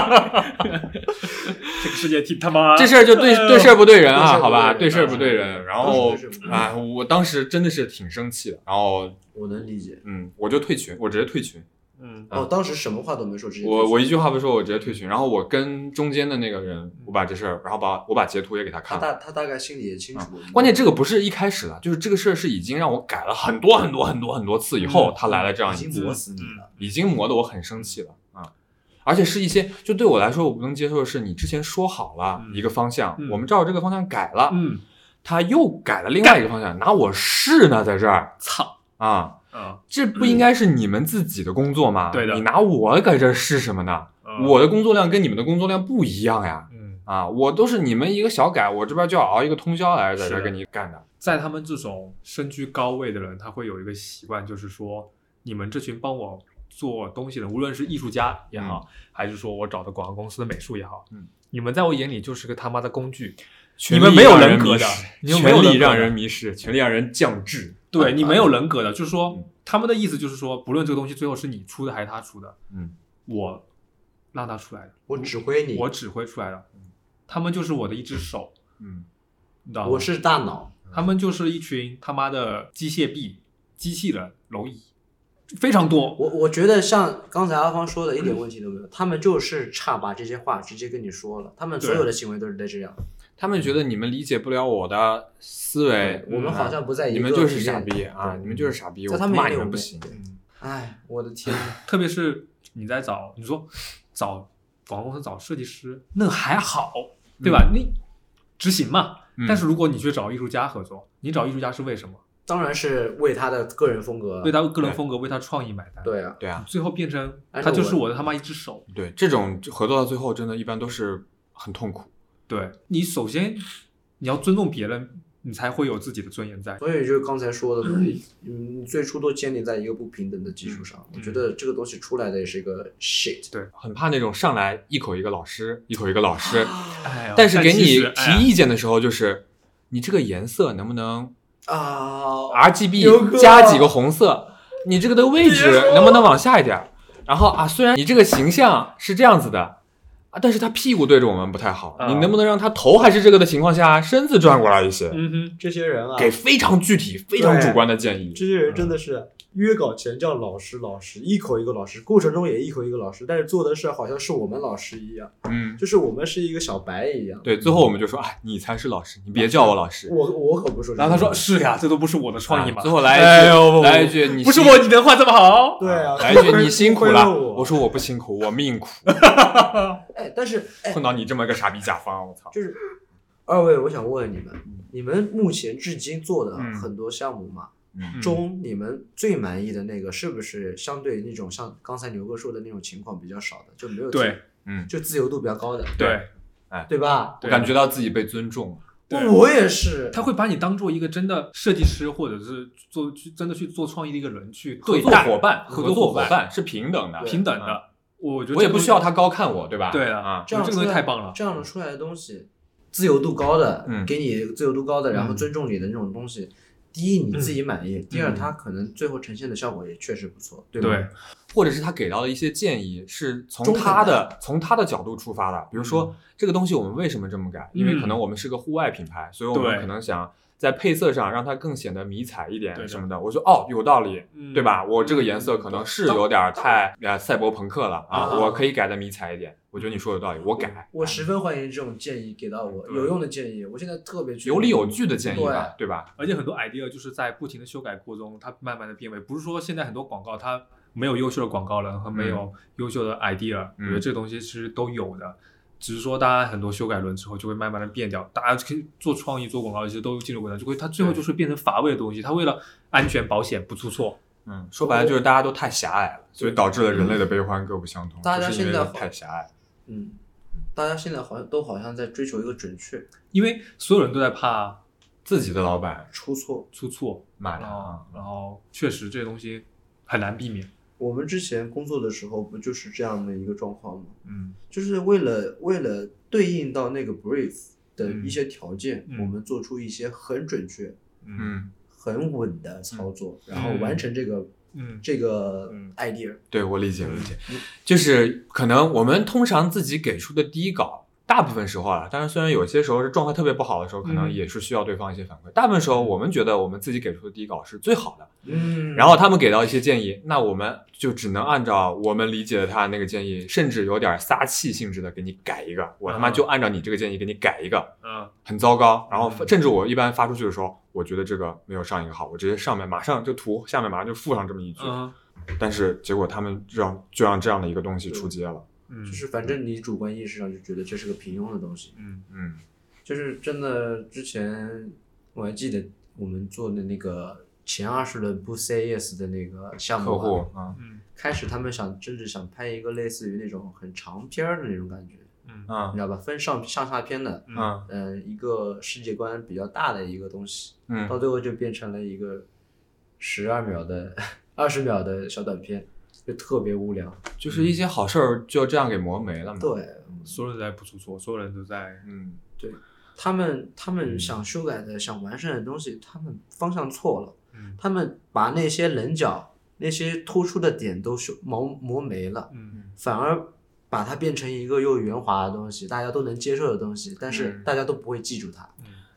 S3: 这个世界替他妈
S1: 这事儿就对对事儿不对人
S2: 对事
S1: 啊，
S2: 儿
S1: 好吧，
S2: 不对
S1: 对
S2: 人
S1: 事儿不对人。然后
S2: 对事儿不对人
S1: 啊，我当时真的是挺生气的，然后
S2: 我能理解。
S1: 嗯，我就退群，我直接退群。
S3: 嗯
S1: 嗯
S2: 哦，当时什么话都没说，直接
S1: 我
S2: 就
S1: 我一句话不说，我直接退群。然后我跟中间的那个人，
S3: 嗯
S1: 我把这事儿，然后把我把截图也给他看
S2: 他
S1: 了。
S2: 大他大概心里也清楚。
S1: 关键这个不是一开始的，就是这个事儿是已经让我改了很多很多很多很多次以后，
S3: 嗯
S1: 他来了这样
S2: 已
S1: 一
S2: 经
S1: 次
S2: 磨，死你了。
S1: 已经磨得我很生气了啊！而且是一些就对我来说我不能接受的是，你之前说好了
S3: 嗯
S1: 一个方向，
S3: 嗯
S1: 我们照着这个方向改了，
S3: 嗯
S1: 他又改了另外一个方向，拿我试呢，在这儿
S3: 操
S1: 啊，
S3: 啊！
S1: 这不应该是你们自己的工作吗？
S3: 对的
S1: 你拿我搁这儿试什么呢？我的工作量跟你们的工作量不一样呀，
S3: 嗯。
S1: 啊，我都是你们一个小改，我这边就要熬一个通宵来在这
S3: 是
S1: 儿
S3: 的
S1: 跟你干的，
S3: 在他们这种身居高位的人，他会有一个习惯，就是说，你们这群帮我做东西的，无论是艺术家也好，还是说我找的广告公司的美术也好，
S1: 嗯，
S3: 你们在我眼里就是个他妈的工具，
S1: 权
S3: 你
S1: 力
S3: 们没有
S1: 让
S3: 人格
S1: 迷
S3: 的
S1: 失，
S3: 你们没有
S1: 权
S3: 人
S1: 力
S3: 格
S1: 让
S3: 的
S1: 人迷失，权力让人降智，
S3: 对
S1: 啊
S3: 你没有人格的，就是
S1: 嗯
S3: 说，他们的意思就是说，不论这个东西最后是你出的还是他出的，
S1: 嗯，
S3: 我让他出来的，
S2: 我指挥你，
S3: 我指挥出来的，他们就是我的一只手，
S1: 嗯，
S3: 你知道吗？
S2: 我是大脑，
S3: 他们就是一群他妈的机械臂、机器人、蝼蚁，非常多，
S2: 我我觉得像刚才阿芳说的一点问题都没有，他们就是差把这些话直接跟你说了，他们所有的行为都是在这样。
S1: 他们觉得你们理解不了我的思维，
S2: 我们
S1: 嗯
S2: 好像不在一
S1: 你
S2: 个
S1: 们就是
S2: 平面
S1: 傻逼啊，
S2: 对
S1: 你们就是傻逼，
S2: 在
S1: 我
S2: 他们
S1: 骂
S2: 眼
S1: 你
S2: 里我
S1: 们
S2: 们
S1: 不行，
S2: 对哎，我的天呐，
S3: 特别是你在找，你说找广告公司找设计师，那还好，对吧？你执行嘛。
S1: 嗯
S3: 但是如果你去找艺术家合作，你找艺术家是为什么？
S2: 当然是为他的个人风格，啊
S3: 为他个人
S1: 对
S3: 风格，为他创意买单。，
S2: 对啊，
S1: 对啊，
S3: 最后变成
S2: 按
S3: 他
S2: 照
S3: 就是
S2: 我
S3: 我的他妈一只手。
S1: 对这种合作到最后，真的一般都是很痛苦。
S3: 对你首先你要尊重别人，你才会有自己的尊严在。
S2: 所以就是刚才说的嘛，嗯，最初都建立在一个不平等的基础
S1: 嗯
S2: 上，我觉得这个东西出来的也是一个 shit，
S1: 很怕那种上来一口一个老师，一口一个老师，
S3: 哎呀
S1: 但是给你
S3: 其实哎呀
S1: 提意见的时候，就是你这个颜色能不能
S2: 啊
S1: RGB 加几个红色？你这个的位置能不能往下一点儿？然后啊，虽然你这个形象是这样子的啊，但是他屁股对着我们不太好，
S3: 啊
S1: 你能不能让他头还是这个的情况下，身子转过来一些？
S3: 嗯哼，
S5: 这些人啊，
S1: 给嗯非常具体、非常
S5: 对
S1: 主观的建议。
S5: 这些人真的是约稿前叫老师老师，一口一个老师，过程中也一口一个老师，但是做的事儿好像是我们老师一样，
S1: 嗯，
S5: 就是我们是一个小白一样。
S1: 对，最后我们就说，哎，你才是老师，你别叫我老
S2: 嗯
S1: 师。
S5: 我我可不说这
S3: 然
S5: 种话。
S3: 后他说是呀，这都不是我的创意
S1: 啊
S3: 嘛
S1: 最。后来一句，
S4: 哎呦不不
S1: 来一句，你
S3: 不是
S1: 辛
S3: 我，你能画这么好？
S5: 对啊，
S1: 来一句哎你辛苦了。
S5: 亏我
S1: 我说我不辛苦，我命苦，
S2: 哎，但是哎，
S1: 碰到你这么个傻逼甲方，我操！
S2: 就是二位，我想问你们，你们目前至今做的
S1: 嗯
S2: 很多项目嘛，
S1: 嗯
S2: 中你们最满意的那个是不是相对那种像刚才牛哥说的那种情况比较少的，就没有
S3: 对，
S1: 嗯，
S2: 就自由度比较高的，
S3: 对，
S2: 对吧？
S1: 我
S3: 对
S1: 感觉到自己被尊重了。
S3: 对
S2: 我也是，
S3: 他会把你当做一个真的设计师，或者是做去真的去做创意的一个人去
S1: 合
S3: 对
S1: 作
S3: 待
S1: 伙伴，
S3: 合
S1: 作
S3: 作
S1: 伙
S3: 伙
S1: 伴是平等的，
S3: 平等
S1: 嗯。
S3: 的。我觉得
S1: 我也
S3: 这
S1: 不
S3: 东西
S1: 需要他高看我，对吧？
S3: 对啊
S1: 啊，
S2: 这样
S3: 这个东西
S2: 出来
S3: 太棒了
S2: 这样出来的东西，自由度高的，
S1: 嗯
S2: 给你自由度高的，然后
S3: 嗯
S2: 尊重你的那种东西，第一你自己满意，第二
S3: 嗯
S2: 它可能最后呈现的效果也确实不错，对吧？
S3: 对，
S1: 或者是他给到的一些建议是从
S2: 中肯的
S1: 他的从他的角度出发的，比如说这个东西我们为什么这么改？因为
S3: 嗯
S1: 可能我们是个户外品牌，所以我
S3: 对
S1: 们可能想在配色上让它更显得迷彩一
S3: 对
S1: 点
S3: 的
S1: 什么的。我说哦，有道理，
S3: 嗯
S1: 对吧？我这个颜色可能是有点太呃赛博朋克了啊，
S2: 啊
S1: 我可以改的迷彩一点。我觉得你说有道理，我改。
S2: 我十分欢迎这种建议给到我，
S3: 对
S2: 有用的建议，我现在特别觉得啊
S1: 有理有据的建议吧，对吧？
S3: 而且很多 idea 就是在不停的修改过中，它慢慢的变味。不是说现在很多广告它没有优秀的广告人和没有优秀的 idea，、
S1: 嗯
S3: 我觉得这东西其实都有的，只是说大家很多修改轮之后就会慢慢的变掉。大家可以做创意、做广告，其实都进入过程，就会它最后就是变成乏味的东西。它为了安全保险不出错，
S1: 嗯，说白了就是大家都太狭隘了，所以导致了人类的悲欢各不相通。
S2: 大家
S1: 就是因为
S2: 现在
S1: 太狭隘了。
S2: 嗯，大家现在好像都好像在追求一个准确，
S3: 因为所有人都在怕
S1: 自己的老板
S2: 出错。
S3: 出错，
S1: 骂
S3: 然
S1: 他
S3: 后
S1: 啊，
S3: 然后确实这些东西很难避免。
S2: 我们之前工作的时候不就是这样的一个状况吗？
S3: 嗯
S2: 就是为了为了对应到那个 brief 的一些条件，
S3: 嗯嗯
S2: 我们做出一些很准确、
S1: 嗯，
S2: 很稳的操作，然后完成这个
S3: 嗯
S2: 这个
S3: 嗯
S2: idea。
S1: 对我理解理解，就是可能我们通常自己给出的第一稿，大部分时候啊，当然虽然有些时候是状态特别不好的时候，可能
S3: 嗯
S1: 也是需要对方一些反馈。大部分时候我们觉得我们自己给出的第一稿是最好的，
S2: 嗯
S1: 然后他们给到一些建议，那我们就只能按照我们理解的他那个建议，甚至有点撒气性质的给你改一个，我他妈
S3: 嗯
S1: 就按照你这个建议给你改一个，
S3: 嗯
S1: 很糟糕。然后
S3: 嗯
S1: 甚至我一般发出去的时候，我觉得这个没有上一个好，我直接上面马上就涂，下面马上就附上这么一句。
S3: 嗯
S1: 但是结果他们让就让这样的一个东西出街了。
S3: 嗯，
S2: 就是反正你主观意识上就觉得这是个平庸的东西，
S3: 嗯
S1: 嗯
S2: 就是真的。之前我还记得我们做的那个前二十轮不 say yes 的那个项目
S1: 客
S2: 啊，
S1: 户啊
S3: 嗯
S2: 开始他们想甚至想拍一个类似于那种很长片儿的那种感觉，
S3: 嗯
S1: 啊
S2: 你知道吧？分上上下篇的，
S3: 嗯
S1: 啊
S2: 嗯、一个世界观比较大的一个东西，到
S1: 嗯，
S2: 最后就变成了一个十二秒的、二十秒的小短片，就特别无聊。
S1: 就是一些好事儿就这样给磨没了嘛。
S2: 对
S3: 所有人都在不出错，所有人都在
S1: 嗯，
S2: 他们，他们想修改的、想完善的东西，他们方向错了，
S3: 嗯
S2: 他们把那些棱角、那些突出的点都修磨磨没了，
S3: 嗯
S2: 反而把它变成一个又圆滑的东西，大家都能接受的东西，但是
S1: 嗯
S2: 大家都不会记住它。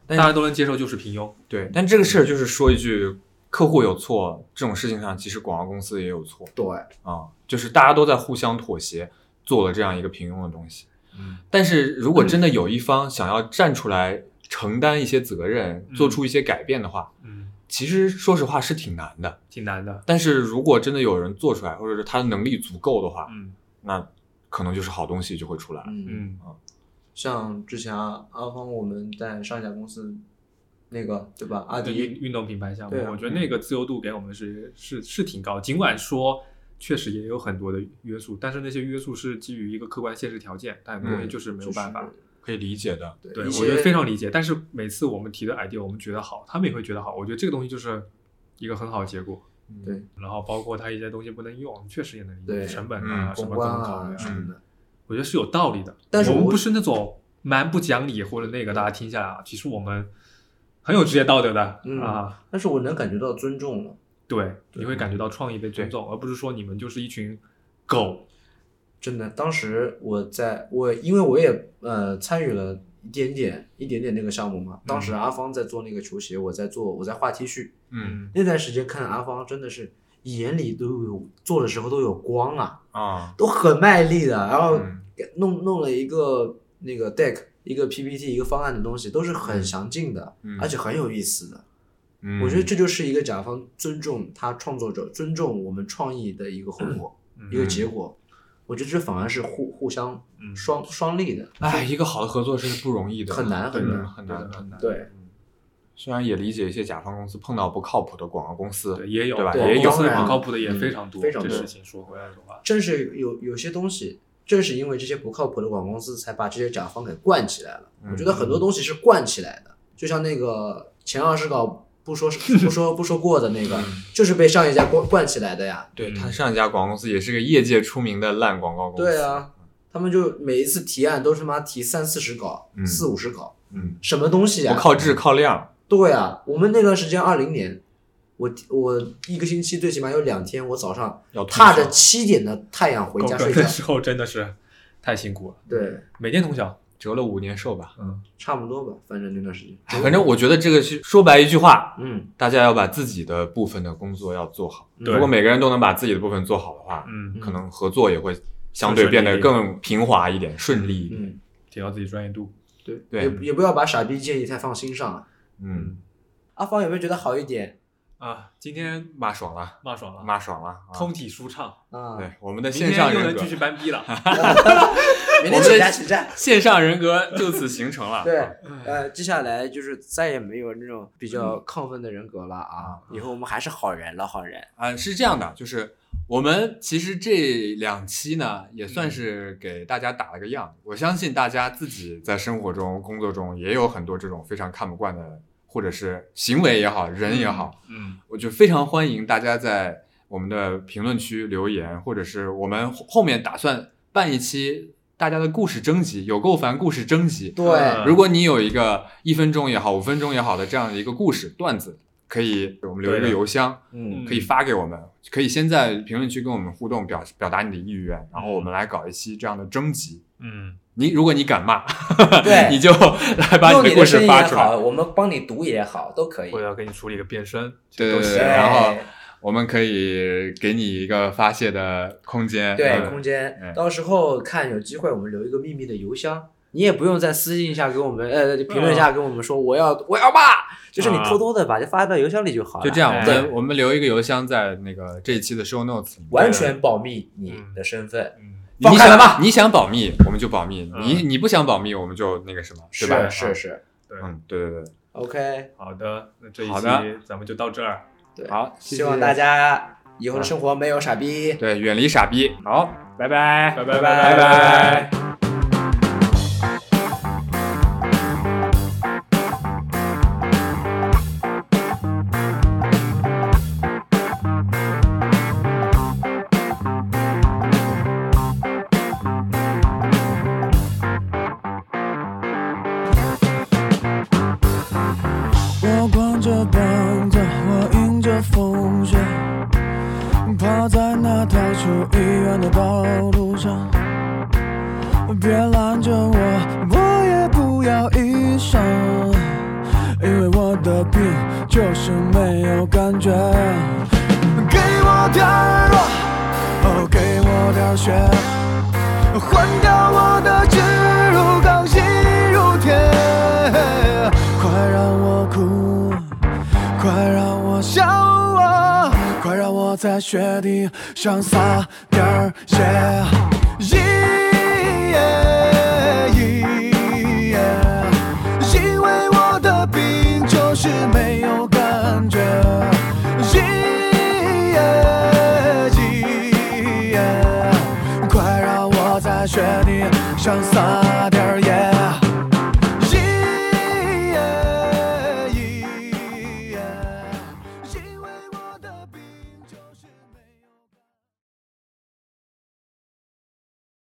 S1: 但
S3: 大家都能接受就是平庸。
S1: 对。但这个事儿就是说一句，客户有错这种事情上，其实广告公司也有错
S2: 对，
S1: 啊，就是大家都在互相妥协，做了这样一个平庸的东西。
S2: 嗯，
S1: 但是如果真的有一方想要站出来承担一些责任，
S3: 嗯
S1: 做出一些改变的话，
S3: 嗯，
S1: 其实说实话是挺难的。
S3: 挺难的。
S1: 但是如果真的有人做出来，或者是他的能力足够的话，
S3: 嗯
S1: 那可能就是好东西就会出来了。
S2: 嗯，
S3: 嗯
S2: 像之前啊阿峰我们在上一家公司那个啊对吧？阿
S3: 运
S2: 迪
S3: 运动品牌项目
S2: 对，啊
S3: 我觉得那个自由度给我们是是是挺高，尽管说确实也有很多的约束，但是那些约束是基于一个客观现实条件，但很多东西
S1: 嗯
S3: 就是没
S2: 就
S3: 有
S2: 是
S3: 办法。
S1: 可以理解的。
S2: 对
S3: 对，
S2: 一
S3: 我
S2: 些
S3: 觉得非常理解。但是每次我们提的 idea，我们觉得好，他们也会觉得好。我觉得这个东西就是一个很好的结果。
S2: 对
S3: 然后包括它一些东西不能用，确实也能理解
S2: 对
S3: 成本啊、
S1: 嗯
S3: 什
S2: 公
S3: 么各
S2: 关
S3: 种考虑
S2: 啊
S3: 啊。
S2: 什么的。
S3: 我觉得是有道理的。
S2: 但是
S3: 我们
S2: 我
S3: 不是那种蛮不讲理或者那个，大家听下来啊，其实我们很有职业道德的、
S2: 嗯
S3: 啊。
S2: 但是我能感觉到尊重了，
S3: 对，你会感觉到创意被尊重，而不是说你们就是一群狗。
S2: 真的。当时我在我因为我也呃参与了一点点一点点那个项目嘛，当时
S3: 嗯
S2: 阿芳在做那个球鞋，我在做我在画 T 恤，
S1: 嗯
S2: 那段时间看阿芳真的是眼里都有做的时候都有光啊，
S1: 啊，
S2: 都很卖力的，然后
S1: 嗯
S2: 给弄弄了一个那个 deck，一个 PPT，一个方案的东西，都是很详尽的，
S1: 嗯
S2: 而且很有意思的。
S1: 嗯
S2: 我觉得这就是一个甲方尊重他创作者，尊重我们创意的一个后果，
S3: 嗯
S2: 一个结果。我觉得这反而是互互相
S3: 嗯
S2: 双双利的，
S1: 哎，一个好的合作是不容易的，
S2: 很难
S1: 对
S2: 很
S1: 的
S2: 难
S1: 很
S3: 对
S1: 难
S3: 的
S1: 很难。
S2: 对，
S1: 虽然也理解一些甲方公司碰到不靠谱的广告公司，
S3: 对，也有
S1: 对吧
S2: 也有
S3: 公司
S2: 当然
S3: 不靠谱的也非常多。
S2: 嗯非常
S3: 这
S2: 多
S3: 事情说回来的话，
S2: 正是有有些东西，正是因为这些不靠谱的广告公司，才把这些甲方给惯起来了。
S1: 嗯
S2: 我觉得很多东西是惯起来的，就像那个前二十稿不说是不说不说过的
S1: 嗯
S2: 那个，就是被上一家惯惯起来的呀。
S1: 对
S3: 嗯
S1: 他上一家广告公司也是个业界出名的烂广告公司。
S2: 对，啊，他们就每一次提案都是妈提三四十稿、
S1: 嗯
S2: 四五十稿，
S1: 嗯，
S2: 什么东西
S1: 不
S2: 呀？
S1: 靠质靠量，
S2: 对啊，我们那段时间二零年，我我一个星期最起码有两天，我早上
S1: 要通
S2: 踏着
S1: 宵
S2: 七点的太阳回
S3: 狗
S2: 家
S3: 哥
S2: 睡觉嗯
S3: 那。时候真的是太辛苦了，
S2: 对，
S3: 每天通宵。
S1: 折了五年寿吧。
S3: 嗯，
S2: 差不多吧，反正那段时间。
S1: 反正我觉得这个是说白一句话，
S2: 嗯，
S1: 大家要把自己的部分的工作要做好。
S2: 对
S1: 如果每个人都能把自己的部分做好的话，
S3: 嗯，
S1: 可能合作也会相对变得更平滑一点、顺利一点。
S2: 嗯。
S3: 提高自己专业度。
S2: 对，
S1: 对
S2: 也也不要把傻逼建议太放心上啊。
S1: 嗯，
S2: 阿芳有没有觉得好一点
S3: 啊，今天
S1: 嗯骂爽了，
S3: 骂爽了，
S1: 骂爽了。啊
S3: 通体舒畅。
S2: 啊？
S1: 对，我们的
S3: 明
S1: 线
S3: 天
S1: 上
S3: 又
S1: 人
S3: 能
S1: 格
S3: 继，续搬逼了。
S2: 明天
S1: 我们
S2: 请假请假。
S1: 线上人格就此形成 了。
S2: 对，呃，接下来就是再也没有那种比较亢奋的人格了啊！以后我们还是好人，老好人。
S1: 啊、是这样的，就是我们其实这两期呢，也算是给大家打了个样。我相信大家自己在生活中、工作中也有很多这种非常看不惯的，或者是行为也好，人也好，
S3: 嗯，
S1: 我就非常欢迎大家在我们的评论区留言，或者是我们后后面打算办一期大家的故事征集，有够烦故事征集。
S2: 对，
S3: 嗯
S1: 如果你有一个一分钟也好，五分钟也好的这样的一个故事段子，可以我们留一个
S3: 对的
S1: 邮箱。
S2: 嗯，
S1: 可以发给我们，可以先在评论区跟我们互动，表表达你的意愿，然后
S2: 嗯
S1: 我们来搞一期这样的征集。
S3: 嗯，
S1: 你如果你敢骂，
S2: 对
S1: 你就来把
S2: 用
S1: 你
S2: 你
S1: 故
S2: 声
S1: 事
S2: 音
S1: 发
S2: 也
S1: 出来
S2: 好，。我们帮你读也好，都可以
S3: 我。要给你处理一个变身，
S1: 对
S3: 都
S1: 对
S3: 行
S1: 对，
S2: 啊对哎
S1: 然后我们可以给你一个发泄的空间。
S2: 对，
S1: 嗯
S2: 空间
S1: 嗯，
S2: 到时候看有机会我们留一个秘密的邮箱。你也不用在私信下给我们，呃，评论下跟我们说我要我要骂，就是你
S3: 啊
S2: 偷偷的把它发到邮箱里嗯就好了。
S1: 就这样，我
S3: 哎
S1: 们我们留一个邮箱在那个这一期的 show notes 里面。
S2: 完全保密你的身份。
S3: 嗯，
S1: 你
S2: 放开了吧
S1: 想你想保密，我们就保密；
S3: 嗯
S1: 你你不想保密，我们就那个什么，对吧？
S2: 是是
S3: 对，
S1: 嗯，对对对，
S2: ，OK，
S3: 好的，那这一
S1: 好
S3: 期
S1: 的
S3: 咱们就到这儿，
S2: 对，
S1: 好，谢谢
S2: 希望大家以后的生活没有傻逼。
S1: 对远离傻逼。好，拜拜，
S3: 拜拜
S2: 拜
S1: 拜拜
S6: 我光着膀子，我迎着风雪，趴在那条求医院的道路上。别拦着我，我也不要医生，因为我的病就是没有感觉。给我点儿热，哦，给我点儿血，换掉我的植入钢吸入贴，快让我哭，快让我笑啊，快让我在雪地上撒点儿野。耶耶上撒的